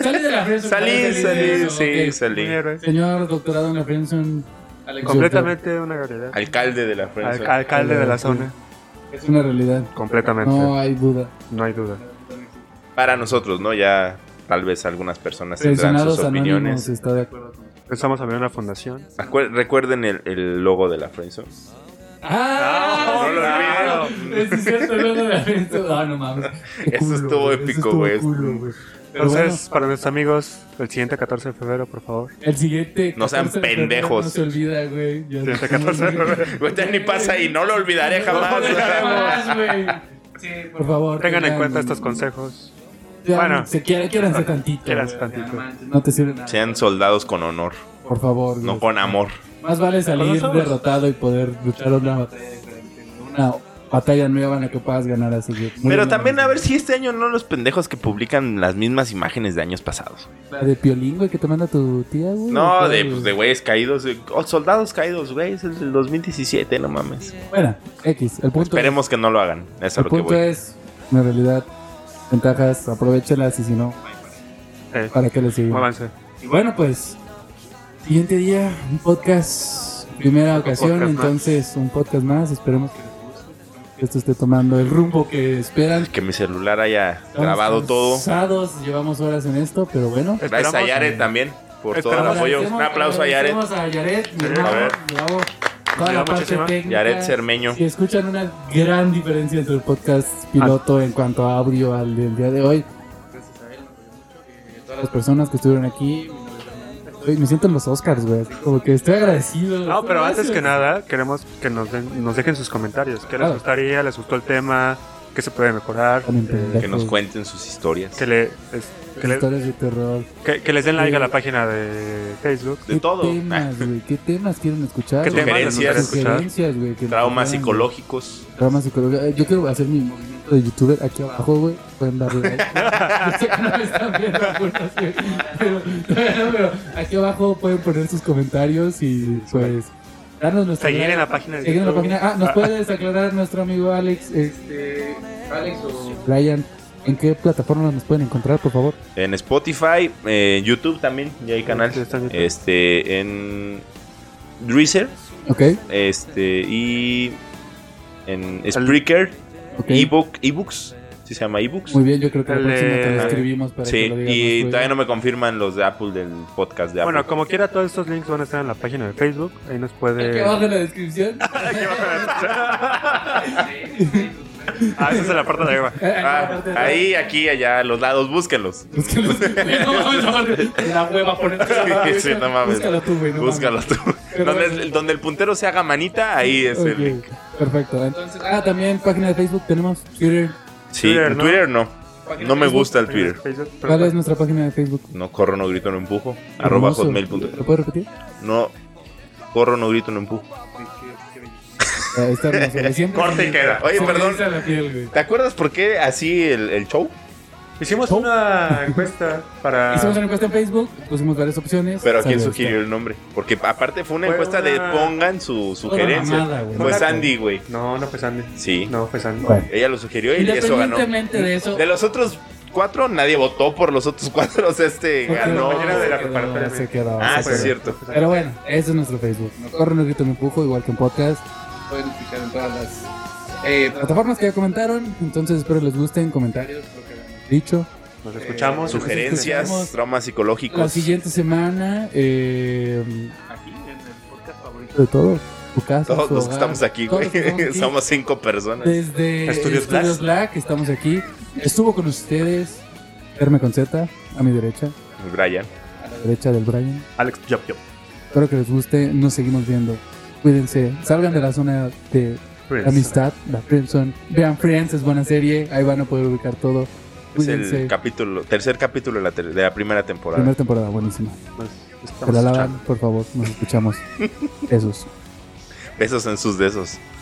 Speaker 1: Salí de la Friendzone.
Speaker 2: salí, salí, sí,
Speaker 1: ok.
Speaker 2: salí.
Speaker 3: Un héroe.
Speaker 1: Señor doctorado en la Friendzone,
Speaker 4: Alex,
Speaker 3: Completamente una realidad.
Speaker 2: Alcalde de la
Speaker 3: Al-
Speaker 2: Friendzone.
Speaker 3: alcalde de la zona.
Speaker 1: es una realidad.
Speaker 3: Completamente.
Speaker 1: No
Speaker 3: No,
Speaker 1: hay duda.
Speaker 3: hay duda.
Speaker 2: Para nosotros, ¿no? Ya tal vez algunas personas tendrán sus
Speaker 1: Presionados anónimos
Speaker 2: opiniones.
Speaker 1: está de acuerdo.
Speaker 3: Pensamos abrir una fundación.
Speaker 2: Acuer- recuerden el, el logo de la Friendzone.
Speaker 1: ¡Ah!
Speaker 2: No, no lo
Speaker 1: claro.
Speaker 2: olvidaron.
Speaker 1: Es cierto, no lo olvidaron. Ah, no mames. Qué
Speaker 2: Eso estuvo
Speaker 1: güey. Eso
Speaker 2: épico,
Speaker 1: estuvo
Speaker 2: güey.
Speaker 1: culo, güey.
Speaker 3: Entonces,
Speaker 1: bueno.
Speaker 3: para nuestros amigos, el siguiente 14 de febrero, por favor.
Speaker 1: El siguiente.
Speaker 2: No sean
Speaker 1: 14 de febrero
Speaker 2: pendejos.
Speaker 1: No se olvida, güey. Ya
Speaker 3: Siguiente
Speaker 1: estamos,
Speaker 3: 14 este de
Speaker 1: güey.
Speaker 3: febrero.
Speaker 2: Güey, Pues ni pasa y no lo olvidaré jamás.
Speaker 1: No, jamás, güey.
Speaker 4: Sí,
Speaker 1: Por favor.
Speaker 3: Tengan en
Speaker 1: tengan-
Speaker 3: cuenta estos consejos.
Speaker 1: tengan-
Speaker 3: Bueno.
Speaker 1: se quiera- quiéranse tantito.
Speaker 3: Quiéranse
Speaker 1: güey.
Speaker 3: tantito.
Speaker 1: No te sirve.
Speaker 2: Sean soldados con honor,
Speaker 1: Por favor.
Speaker 2: no
Speaker 1: güey.
Speaker 2: con amor.
Speaker 1: Más vale salir
Speaker 3: Con nosotros.
Speaker 1: derrotado y poder luchar una batalla diferente. Una batalla nueva en la que puedas ganar así. güey. Muy
Speaker 2: Pero
Speaker 1: bien,
Speaker 2: también
Speaker 1: güey.
Speaker 2: a ver si este año no los pendejos que publican las mismas imágenes de años pasados.
Speaker 1: La de piolín, güey, que te manda tu tía, güey.
Speaker 2: No,
Speaker 1: ¿cuál,
Speaker 2: de,
Speaker 1: güey?
Speaker 2: pues, de güeyes caídos, de- oh, soldados caídos, güey, es el del 2017, no mames.
Speaker 1: Bueno, X. El punto,
Speaker 2: Esperemos que no lo hagan, eso es a
Speaker 1: el
Speaker 2: lo que
Speaker 1: punto
Speaker 2: voy.
Speaker 1: es, en realidad, ventajas, aprovechalas y si no,
Speaker 3: Eh,
Speaker 1: ¿para qué les sirve?
Speaker 3: muévanse.
Speaker 1: Y bueno, pues, siguiente día, un podcast, primera ocasión,
Speaker 3: podcast más.
Speaker 1: entonces un podcast más. Esperemos que les guste, que esto esté tomando el rumbo que esperan.
Speaker 2: Que mi celular haya grabado todo.
Speaker 1: Cansados, llevamos horas en esto, pero bueno.
Speaker 2: Gracias a
Speaker 3: Esperamos-
Speaker 2: Yare también por todo el
Speaker 3: Esperamos-
Speaker 2: apoyo. Un
Speaker 1: Agradecemos-
Speaker 2: aplauso a Yaret.
Speaker 1: agradecemos a Yaret, mi
Speaker 3: Sí,
Speaker 1: hermano,
Speaker 2: a ver.
Speaker 1: bravo. Toda la
Speaker 3: Bravo,
Speaker 1: parte
Speaker 3: muchísima.
Speaker 1: técnica.
Speaker 2: Yaret Cermeño.
Speaker 1: Si escuchan una gran diferencia entre el podcast piloto en cuanto a audio al del día de hoy,
Speaker 4: Gracias a él, me
Speaker 1: pues,
Speaker 4: apoyó mucho. Que todas
Speaker 1: eh, las
Speaker 4: las
Speaker 1: personas que estuvieron aquí, Oye, me siento en los Oscars, güey. Como que estoy agradecido.
Speaker 3: No, pero antes que
Speaker 1: Gracias.
Speaker 3: nada, queremos que nos, den- nos dejen sus comentarios. ¿Qué les
Speaker 1: Claro.
Speaker 3: gustaría? ¿Les gustó el tema? ¿Qué se puede mejorar?
Speaker 1: Tan
Speaker 3: Eh,
Speaker 1: pendejo.
Speaker 2: Que nos cuenten sus historias.
Speaker 3: que, le, es- que, le-
Speaker 1: Historias de terror.
Speaker 3: que- que les den like a la página de Facebook.
Speaker 2: De todo.
Speaker 1: ¿Qué temas, güey? ¿Qué temas quieren escuchar?
Speaker 3: ¿Qué
Speaker 1: güey?
Speaker 3: temas les gustaría escuchar?
Speaker 1: Sugerencias, güey. que nos
Speaker 2: Traumas
Speaker 1: hagan,
Speaker 2: psicológicos.
Speaker 1: güey. Traumas psicológicos. Eh, Yo quiero hacer mi movimiento de youtuber aquí abajo, güey. Pueden darle like. Yo sé que no me están viendo algunos, güey, pero, pero- pero aquí abajo pueden poner sus comentarios y pues darnos nuestra
Speaker 3: Seguir en la página de
Speaker 1: Seguir en la
Speaker 3: YouTube.
Speaker 1: página. Ah, nos puedes aclarar nuestro amigo Alex, este,
Speaker 4: Alex o
Speaker 1: Brian, ¿en qué plataforma nos pueden encontrar, por favor?
Speaker 2: En Spotify, eh, YouTube también, ya hay canal.
Speaker 3: Sí, está en YouTube.
Speaker 2: Este, en Dreaser,
Speaker 1: Ok,
Speaker 2: este, y en Spreaker,
Speaker 1: ok.
Speaker 2: ebook, ebooks, si se llama ebooks.
Speaker 1: Muy bien, yo creo que la
Speaker 3: El,
Speaker 1: próxima te lo
Speaker 3: eh,
Speaker 1: escribimos para
Speaker 2: Sí,
Speaker 1: que lo digas.
Speaker 2: y
Speaker 1: más, güey.
Speaker 2: todavía no me confirman los de Apple del podcast de Apple.
Speaker 3: Bueno, como quiera, todos estos links van a estar en la página de Facebook. Ahí nos
Speaker 1: Aquí
Speaker 3: puede.
Speaker 1: abajo en la descripción.
Speaker 3: Ah, esa es la parte de arriba.
Speaker 1: Eh,
Speaker 2: Ah, ahí, aquí, allá, a los lados, búsquenlos.
Speaker 1: Búscalo. la hueva por
Speaker 2: Sí, sí, no mames.
Speaker 1: Búscalo tú, güey. no mames.
Speaker 2: Búscalo tú.
Speaker 1: Pero
Speaker 2: Donde,
Speaker 1: bueno.
Speaker 2: el, donde el puntero se haga manita, ahí es
Speaker 1: Ok,
Speaker 2: el link.
Speaker 1: Perfecto.
Speaker 4: Entonces,
Speaker 1: ah, también página de Facebook tenemos Twitter.
Speaker 2: Sí,
Speaker 3: Twitter,
Speaker 2: en
Speaker 3: ¿no?
Speaker 2: Twitter no. No me gusta el Twitter.
Speaker 3: Facebook, pero- pues,
Speaker 1: ¿Cuál es nuestra página de Facebook?
Speaker 2: No corro, no grito, no empujo. Arroba
Speaker 1: Hermoso. ¿Lo
Speaker 2: hotmail.com.
Speaker 1: puedes repetir?
Speaker 2: No corro, no grito, no empujo.
Speaker 1: Ahí está hermoso. güey. Siempre
Speaker 2: Corte y queda. Oye,
Speaker 1: se me
Speaker 2: perdón.
Speaker 1: eriza la piel, güey.
Speaker 2: ¿Te acuerdas por qué así el, el show?
Speaker 3: Hicimos
Speaker 1: Oh.
Speaker 3: una encuesta para.
Speaker 1: Hicimos una encuesta en Facebook, pusimos varias opciones.
Speaker 2: Ah. Pero ¿quién
Speaker 1: salió
Speaker 2: sugirió
Speaker 1: esta.
Speaker 2: el nombre? Porque aparte fue una
Speaker 3: Fue
Speaker 2: encuesta de
Speaker 3: una-
Speaker 2: pongan su
Speaker 1: Fue una
Speaker 2: sugerencia.
Speaker 1: mamada, güey.
Speaker 2: Fue
Speaker 3: Una-
Speaker 2: Sandy, güey.
Speaker 3: No, no fue Sandy.
Speaker 2: Sí.
Speaker 3: No fue Sandy.
Speaker 1: Bueno.
Speaker 2: Ella lo sugirió y eso ganó.
Speaker 1: Independientemente de eso,
Speaker 2: De los otros cuatro, nadie votó por los otros cuatro. O sea, este
Speaker 1: porque
Speaker 2: ganó.
Speaker 1: la mañana
Speaker 3: de la
Speaker 1: se
Speaker 3: preparatoria,
Speaker 1: quedó, se quedó,
Speaker 2: Ah,
Speaker 1: se
Speaker 2: sí,
Speaker 1: quedó.
Speaker 2: es cierto.
Speaker 1: Pero bueno, ese es nuestro Facebook. No corro, no grito, me empujo, igual que en podcast.
Speaker 4: pueden escuchar en todas las eh,
Speaker 1: Plataformas que ya comentaron, entonces espero les gusten, comentarios,
Speaker 4: comentarios. lo que hagan.
Speaker 1: dicho.
Speaker 3: Nos escuchamos.
Speaker 2: Sugerencias,
Speaker 1: Escuchamos.
Speaker 2: traumas
Speaker 1: La
Speaker 2: psicológicos.
Speaker 1: siguiente semana, eh,
Speaker 4: Aquí, en el podcast favorito.
Speaker 1: de todo, tu casa,
Speaker 2: Todos
Speaker 1: su
Speaker 2: los que
Speaker 1: hogar,
Speaker 2: estamos aquí,
Speaker 1: todos los
Speaker 2: güey.
Speaker 1: que estamos aquí.
Speaker 2: Somos cinco personas.
Speaker 1: Desde
Speaker 3: Estudios
Speaker 1: Estudios,
Speaker 3: Black.
Speaker 1: Black. estamos aquí. Estuvo con ustedes Herme Conceta, a mi derecha,
Speaker 2: Brian.
Speaker 1: a la derecha del Brian.
Speaker 3: Alex Job Job.
Speaker 1: Espero que les guste, nos seguimos viendo. Cuídense, salgan de la zona de amistad, la Friendson. Vean Friends, es buena serie, ahí van a poder ubicar todo.
Speaker 2: Es
Speaker 1: Cuídense.
Speaker 2: el capítulo, tercer capítulo de la, ter- de la primera temporada.
Speaker 1: Primera temporada, buenísima.
Speaker 3: Nos
Speaker 1: Se
Speaker 3: estamos
Speaker 1: la
Speaker 3: escuchando.
Speaker 1: lavan, por favor, nos escuchamos. Besos.
Speaker 2: Besos en sus besos.